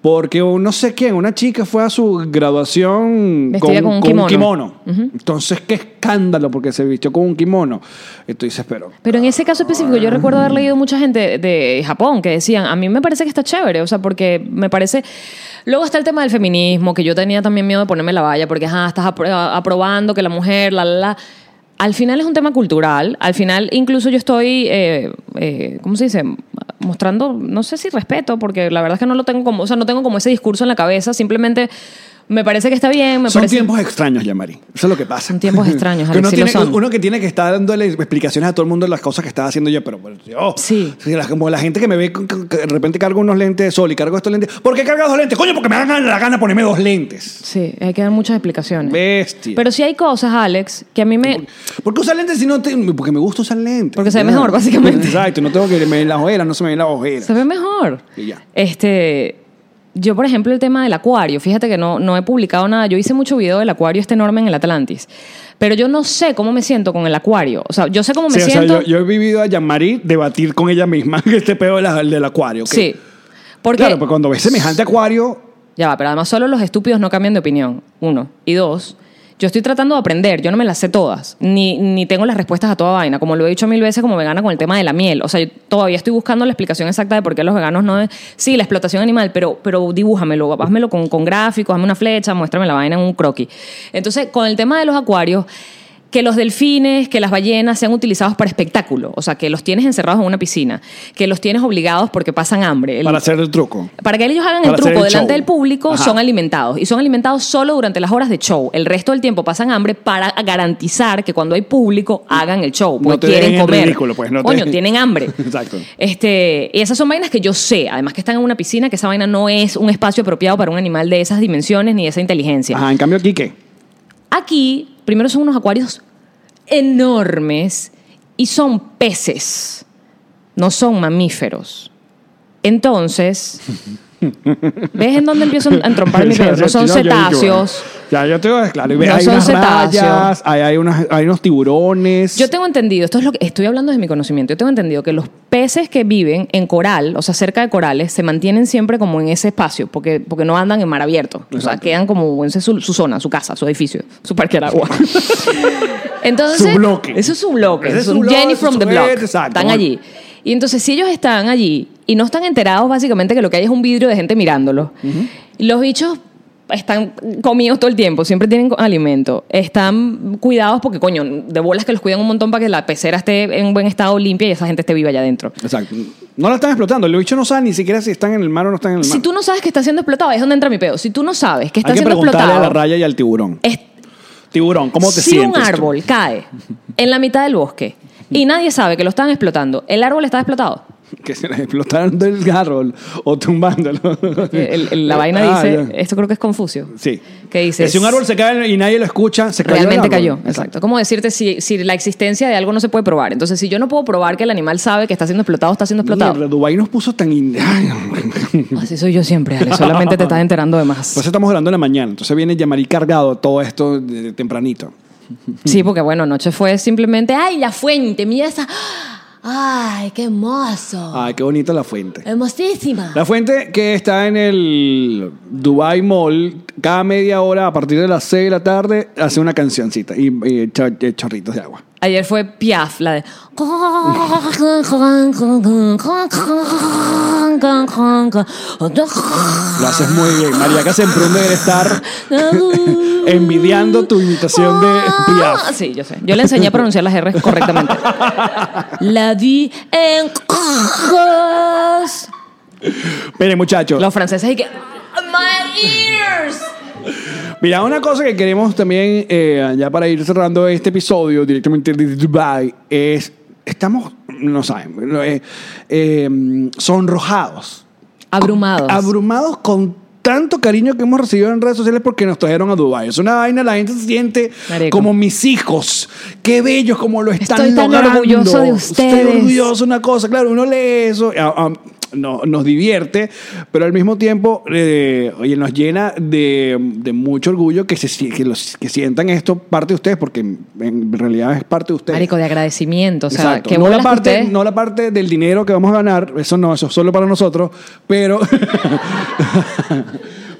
A: Porque un no sé quién, una chica fue a su graduación
B: Vestida con un kimono.
A: Entonces, qué escándalo porque se vistió con un kimono. Y tú dices, pero
B: Pero en ese caso específico, yo recuerdo haber leído mucha gente de, de Japón que decían, a mí me parece que está chévere, o sea, porque me parece... Luego está el tema del feminismo, que yo tenía también miedo de ponerme la valla, porque ajá, estás apro- aprobando que la mujer, la, la, la... Al final es un tema cultural, al final incluso yo estoy, eh, eh, ¿cómo se dice? Mostrando, no sé si respeto, porque la verdad es que no lo tengo como, o sea, no tengo como ese discurso en la cabeza, simplemente me parece que está bien, me
A: son
B: parece...
A: tiempos extraños, Yamari. Eso es lo que pasa.
B: Son tiempos extraños,
A: Que uno,
B: Alex, sí
A: tiene,
B: lo son.
A: uno que tiene que estar dándole explicaciones a todo el mundo de las cosas que estaba haciendo yo, pero bueno, yo.
B: Sí.
A: la- como la gente que me ve, con- con- que de repente cargo unos lentes de sol y cargo estos lentes. ¿Por qué cargas dos lentes? Coño, porque me dan la gana ponerme dos lentes.
B: Sí, hay que dar muchas explicaciones.
A: Bestia.
B: Pero sí hay cosas, Alex, que a mí me...
A: ¿Por qué usar lentes si no te.? Porque me gusta usar lentes.
B: Porque se ve
A: Ya.
B: mejor, básicamente.
A: Exacto, no tengo que verme en las ojeras, no se me ven las ojeras.
B: Se ve mejor.
A: Y ya.
B: Este, yo, por ejemplo, el tema del acuario. Fíjate que no, no he publicado nada. Yo hice mucho video del acuario este enorme en el Atlantis. Pero yo no sé cómo me siento con el acuario. O sea, yo sé cómo me
A: Sí, o sea,
B: siento.
A: yo, yo he vivido a Yamari debatir con ella misma este pedo de la- del acuario. que-
B: Sí. Porque,
A: Claro, pero cuando ves semejante acuario,
B: Ya va, pero además solo los estúpidos no cambian de opinión. Uno. Y dos, yo estoy tratando de aprender. Yo no me las sé todas. Ni, ni tengo las respuestas a toda vaina. Como lo he dicho mil veces como vegana con el tema de la miel. O sea, yo todavía estoy buscando la explicación exacta de por qué los veganos no... es- Sí, la explotación animal, pero, pero dibújamelo. Házmelo con, con gráficos, hazme una flecha, muéstrame la vaina en un croquis. Entonces, con el tema de los acuarios que los delfines, que las ballenas sean utilizados para espectáculo, o sea, que los tienes encerrados en una piscina, que los tienes obligados porque pasan hambre. El-
A: para hacer el truco.
B: para que ellos hagan
A: Para
B: el
A: hacer
B: truco
A: el
B: delante
A: show.
B: del público,
A: Ajá.
B: son alimentados. Y son alimentados solo durante las horas de show. El resto del tiempo pasan hambre para garantizar que cuando hay público hagan el show. Porque
A: te dejen
B: quieren
A: en
B: comer.
A: ridículo, pues, no te-
B: Coño, tienen hambre.
A: Exacto.
B: Este, y esas son vainas que yo sé. Además que están en una piscina, que esa vaina no es un espacio apropiado para un animal de esas dimensiones ni de esa inteligencia.
A: Ajá, en cambio aquí, ¿qué?
B: Aquí, primero son unos acuarios enormes y son peces, no son mamíferos. Entonces, ¿ves en dónde empiezo a entrompar mi dedo? No son
A: Yo- yo digo, eh,
B: cetáceos.
A: Ya, yo te voy a claro. y ve,
B: No
A: hay
B: son
A: unas
B: cetáceos.
A: rayas, hay, hay, unas- hay unos tiburones.
B: Yo tengo entendido, esto es lo que estoy hablando desde mi conocimiento, yo tengo entendido que los peces que viven en coral, o sea, cerca de corales, se mantienen siempre como en ese espacio, porque, porque no andan en mar abierto. O sea, quedan como en su, su zona, su casa, su edificio, su parque de agua. Entonces,
A: Su bloque.
B: Eso es su bloque.
A: Ese es
B: es
A: su
B: un
A: bloque,
B: Jenny from
A: su
B: the block.
A: red, exacto.
B: Están allí. Y entonces, si ellos están allí y no están enterados, básicamente, que lo que hay es un vidrio de gente mirándolos, los bichos están comidos todo el tiempo, siempre tienen co- alimento, están cuidados porque, coño, de bolas que los cuidan un montón para que la pecera esté en buen estado, limpia y esa gente esté viva allá adentro.
A: Exacto. No la están explotando. Los bichos no saben ni siquiera si están en el mar o no están en el mar.
B: Si tú no sabes que está siendo explotado, ahí es donde entra mi pedo. Si tú no sabes que está
A: hay que
B: siendo
A: preguntarle
B: explotado,
A: a la raya y al tiburón.
B: es-
A: Tiburón, ¿cómo te
B: si
A: sientes?
B: un
A: tú?
B: árbol cae en la mitad del bosque y nadie sabe que lo están explotando, ¿el árbol está explotado?
A: que se les explotaron del garro o tumbándolo.
B: El- el- la vaina
A: Ah,
B: dice, eh,
A: ya.
B: esto creo que es Confucio.
A: Sí.
B: Que dice,
A: Que si un árbol se cae y nadie lo escucha, se cayó. el
B: realmente
A: árbol.
B: cayó. Exacto. ¿Cómo decirte si, si la existencia de algo no se puede probar? Entonces, si yo no puedo probar que el animal sabe que está siendo explotado, está siendo
A: Mierda,
B: explotado.
A: Dubái nos puso tan. in- Ay,
B: Así soy yo siempre, Ale. Solamente te estás enterando de más.
A: Pues estamos hablando en la mañana, entonces viene Yamari cargado todo esto de- de tempranito.
B: Sí, porque bueno, anoche fue simplemente, ay, la fuente, mira esa. Ay, qué hermoso.
A: Ay, qué bonita la fuente.
B: Hermosísima.
A: La fuente que está en el Dubai Mall, cada media hora a partir de las 6 de la tarde, hace una cancioncita y, y cho- eh, chorritos de agua.
B: Ayer fue Piaf, la de.
A: Lo haces muy bien. Mariaca siempre debe estar envidiando tu imitación de Piaf.
B: Ah, Sí, yo sé. Yo le enseñé a pronunciar las R correctamente. La di en.
A: Mire, muchachos,
B: Los franceses y que.
A: mira, una cosa que queremos también, eh, ya para ir cerrando este episodio directamente de Dubai, es, estamos, no saben, no, eh, eh, sonrojados.
B: Abrumados.
A: abrumados con tanto cariño que hemos recibido en redes sociales porque nos trajeron a Dubai. Es una vaina, la gente se siente
B: Marico.
A: como mis hijos. Qué bellos como lo están
B: Estoy tan
A: logrando.
B: orgulloso de
A: Estoy
B: ustedes.
A: orgulloso, una cosa. Claro, uno lee eso, a- a- no- nos divierte, pero al mismo tiempo, eh, oye, nos llena de, de mucho orgullo que, se, si- que, los, que sientan esto parte de ustedes, porque en, en realidad es parte de ustedes.
B: Marico, de agradecimiento. O sea,
A: Exacto.
B: que
A: no, la
B: bolas que
A: parte,
B: ustedes-
A: no la parte del dinero que vamos a ganar, eso no, eso es solo para nosotros, pero,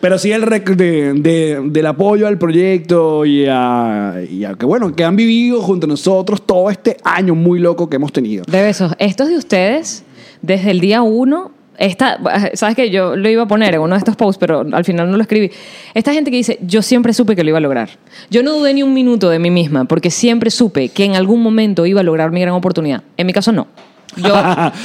A: pero sí el rec- de- de- del apoyo al proyecto y a, y a que bueno, que han vivido junto a nosotros todo este año muy loco que hemos tenido.
B: De besos. Estos de ustedes, desde el día uno, esta, sabes que yo lo iba a poner en uno de estos posts, pero al final no lo escribí. Esta gente que dice, yo siempre supe que lo iba a lograr. Yo no dudé ni un minuto de mí misma, porque siempre supe que en algún momento iba a lograr mi gran oportunidad. En mi caso, no. Yo,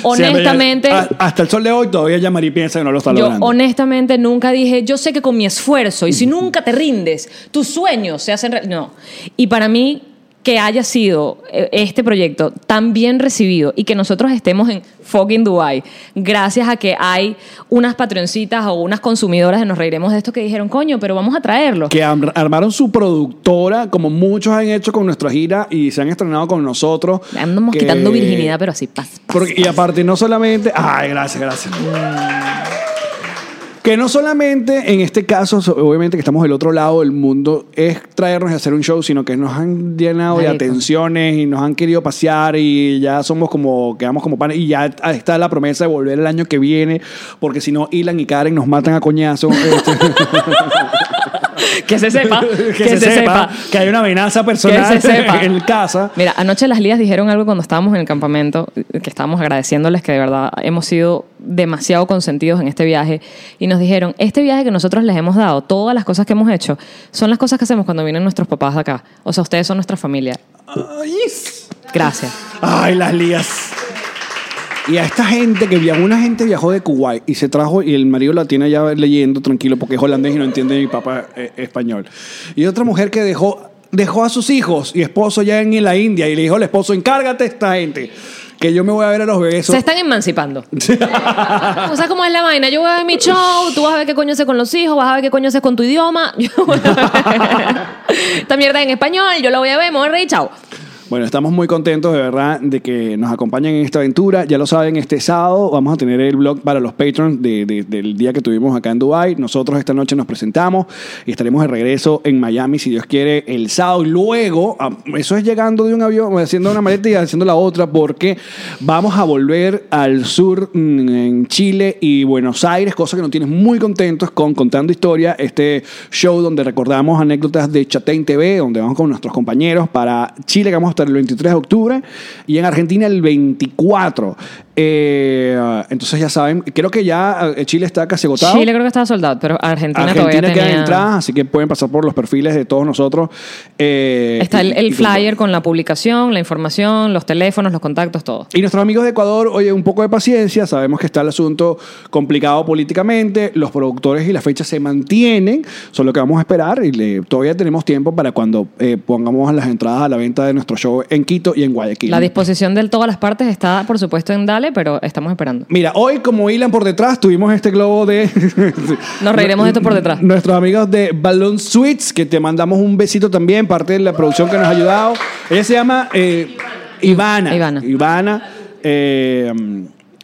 B: honestamente...
A: Sí, a- Ah, hasta el sol de hoy todavía ya Mari piensa que no lo está
B: Yo
A: logrando.
B: honestamente nunca dije, yo sé que con mi esfuerzo y si nunca te rindes, tus sueños se hacen... real". No. Y para mí, que haya sido eh, este proyecto tan bien recibido y que nosotros estemos en fucking Dubai, gracias a que hay unas patroncitas o unas consumidoras de Nos Reiremos de esto que dijeron, coño, pero vamos a traerlo.
A: que am- armaron su productora, como muchos han hecho con nuestra gira y se han estrenado con nosotros.
B: Andamos
A: que-
B: quitando virginidad, pero así pasa.
A: Porque- y aparte, no solamente. Ay, gracias, gracias. Que no solamente en este caso, so- obviamente que estamos del otro lado del mundo, es traernos y hacer un show, sino que nos han llenado de
B: Marico.
A: atenciones y nos han querido pasear y ya somos como, quedamos como panes y ya está la promesa de volver el año que viene, porque si no, Ilan y Karen nos matan a coñazo. este,
B: Que se sepa,
A: que, se, sepa que hay una amenaza personal
B: Que se sepa.
A: en casa.
B: Mira, anoche las lías dijeron algo cuando estábamos en el campamento, que estábamos agradeciéndoles que de verdad hemos sido demasiado consentidos en este viaje y nos dijeron, este viaje que nosotros les hemos dado, todas las cosas que hemos hecho, son las cosas que hacemos cuando vienen nuestros papás de acá. O sea, ustedes son nuestra familia.
A: Ay.
B: Gracias.
A: Ay, las lías. Y a esta gente que viajó, una gente viajó de Kuwait y se trajo, y el marido la tiene allá leyendo tranquilo porque es holandés y no entiende mi papá eh, español. Y otra mujer que dejó, dejó a sus hijos y esposo ya en la India y le dijo al esposo, encárgate de esta gente, que yo me voy a ver a los bebés.
B: Se están emancipando. o sea, ¿cómo es la vaina? Yo voy a ver mi show, tú vas a ver qué coño haces con los hijos, vas a ver qué coño haces con tu idioma. Yo voy a ver Esta mierda en español, yo la voy a ver, me voy a reír, chao.
A: Bueno, estamos muy contentos de verdad de que nos acompañen en esta aventura. Ya lo saben, este sábado vamos a tener el blog para los patrons de- de- del día que tuvimos acá en Dubai. Nosotros esta noche nos presentamos y estaremos de regreso en Miami, si Dios quiere, el sábado. Y luego, ah, eso es llegando de un avión, haciendo una maleta y haciendo la otra, porque vamos a volver al sur mm, en Chile y Buenos Aires, cosa que nos tienes muy contentos con Contando Historia, este show donde recordamos anécdotas de Chatein TV, donde vamos con nuestros compañeros para Chile, que vamos a estar el 23 de octubre, y en Argentina el 24. Eh, entonces ya saben, creo que ya eh, Chile está casi agotado.
B: Chile creo que estaba soldado, pero Argentina,
A: Argentina
B: todavía
A: queda
B: tenía...
A: entradas, así que pueden pasar por los perfiles de todos nosotros. eh,
B: Está el,
A: y-
B: el
A: y-
B: flyer con la publicación, la información, los teléfonos, los contactos, todo.
A: Y nuestros amigos de Ecuador, oye, un poco de paciencia, sabemos que está el asunto complicado políticamente, los productores y las fechas se mantienen, solo que vamos a esperar y le- todavía tenemos tiempo para cuando eh, pongamos las entradas a la venta de nuestro show en Quito y en Guayaquil.
B: La disposición de todas las partes está, por supuesto, en Dale sale, pero estamos esperando.
A: Mira, hoy como hilan por detrás tuvimos este globo de...
B: Nos reiremos de esto por detrás.
A: Nuestros amigos de Balloon Suites, que te mandamos un besito también, parte de la producción que nos ha ayudado. Ella se llama eh, Ivana.
B: Ivana.
A: Ivana. eh,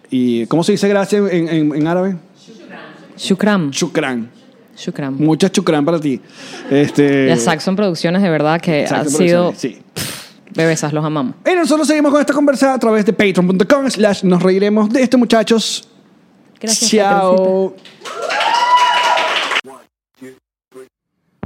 A: y, ¿Cómo se dice gracias en, en- en árabe?
B: Shukram.
A: Chukran.
B: Shukram.
A: Muchas chukran para ti. Este,
B: Las Saxon Producciones, de verdad, que
A: Saxon
B: han sido
A: Producciones, sí.
B: bebesas, los amamos.
A: Y nosotros seguimos con esta conversa a través de patreon.com slash nos reiremos de esto, muchachos.
B: Gracias,
A: Chao.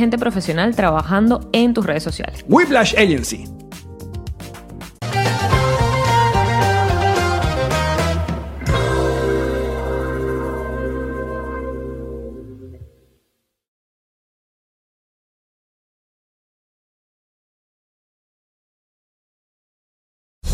D: gente profesional trabajando en tus redes sociales.
A: Whiplash Agency.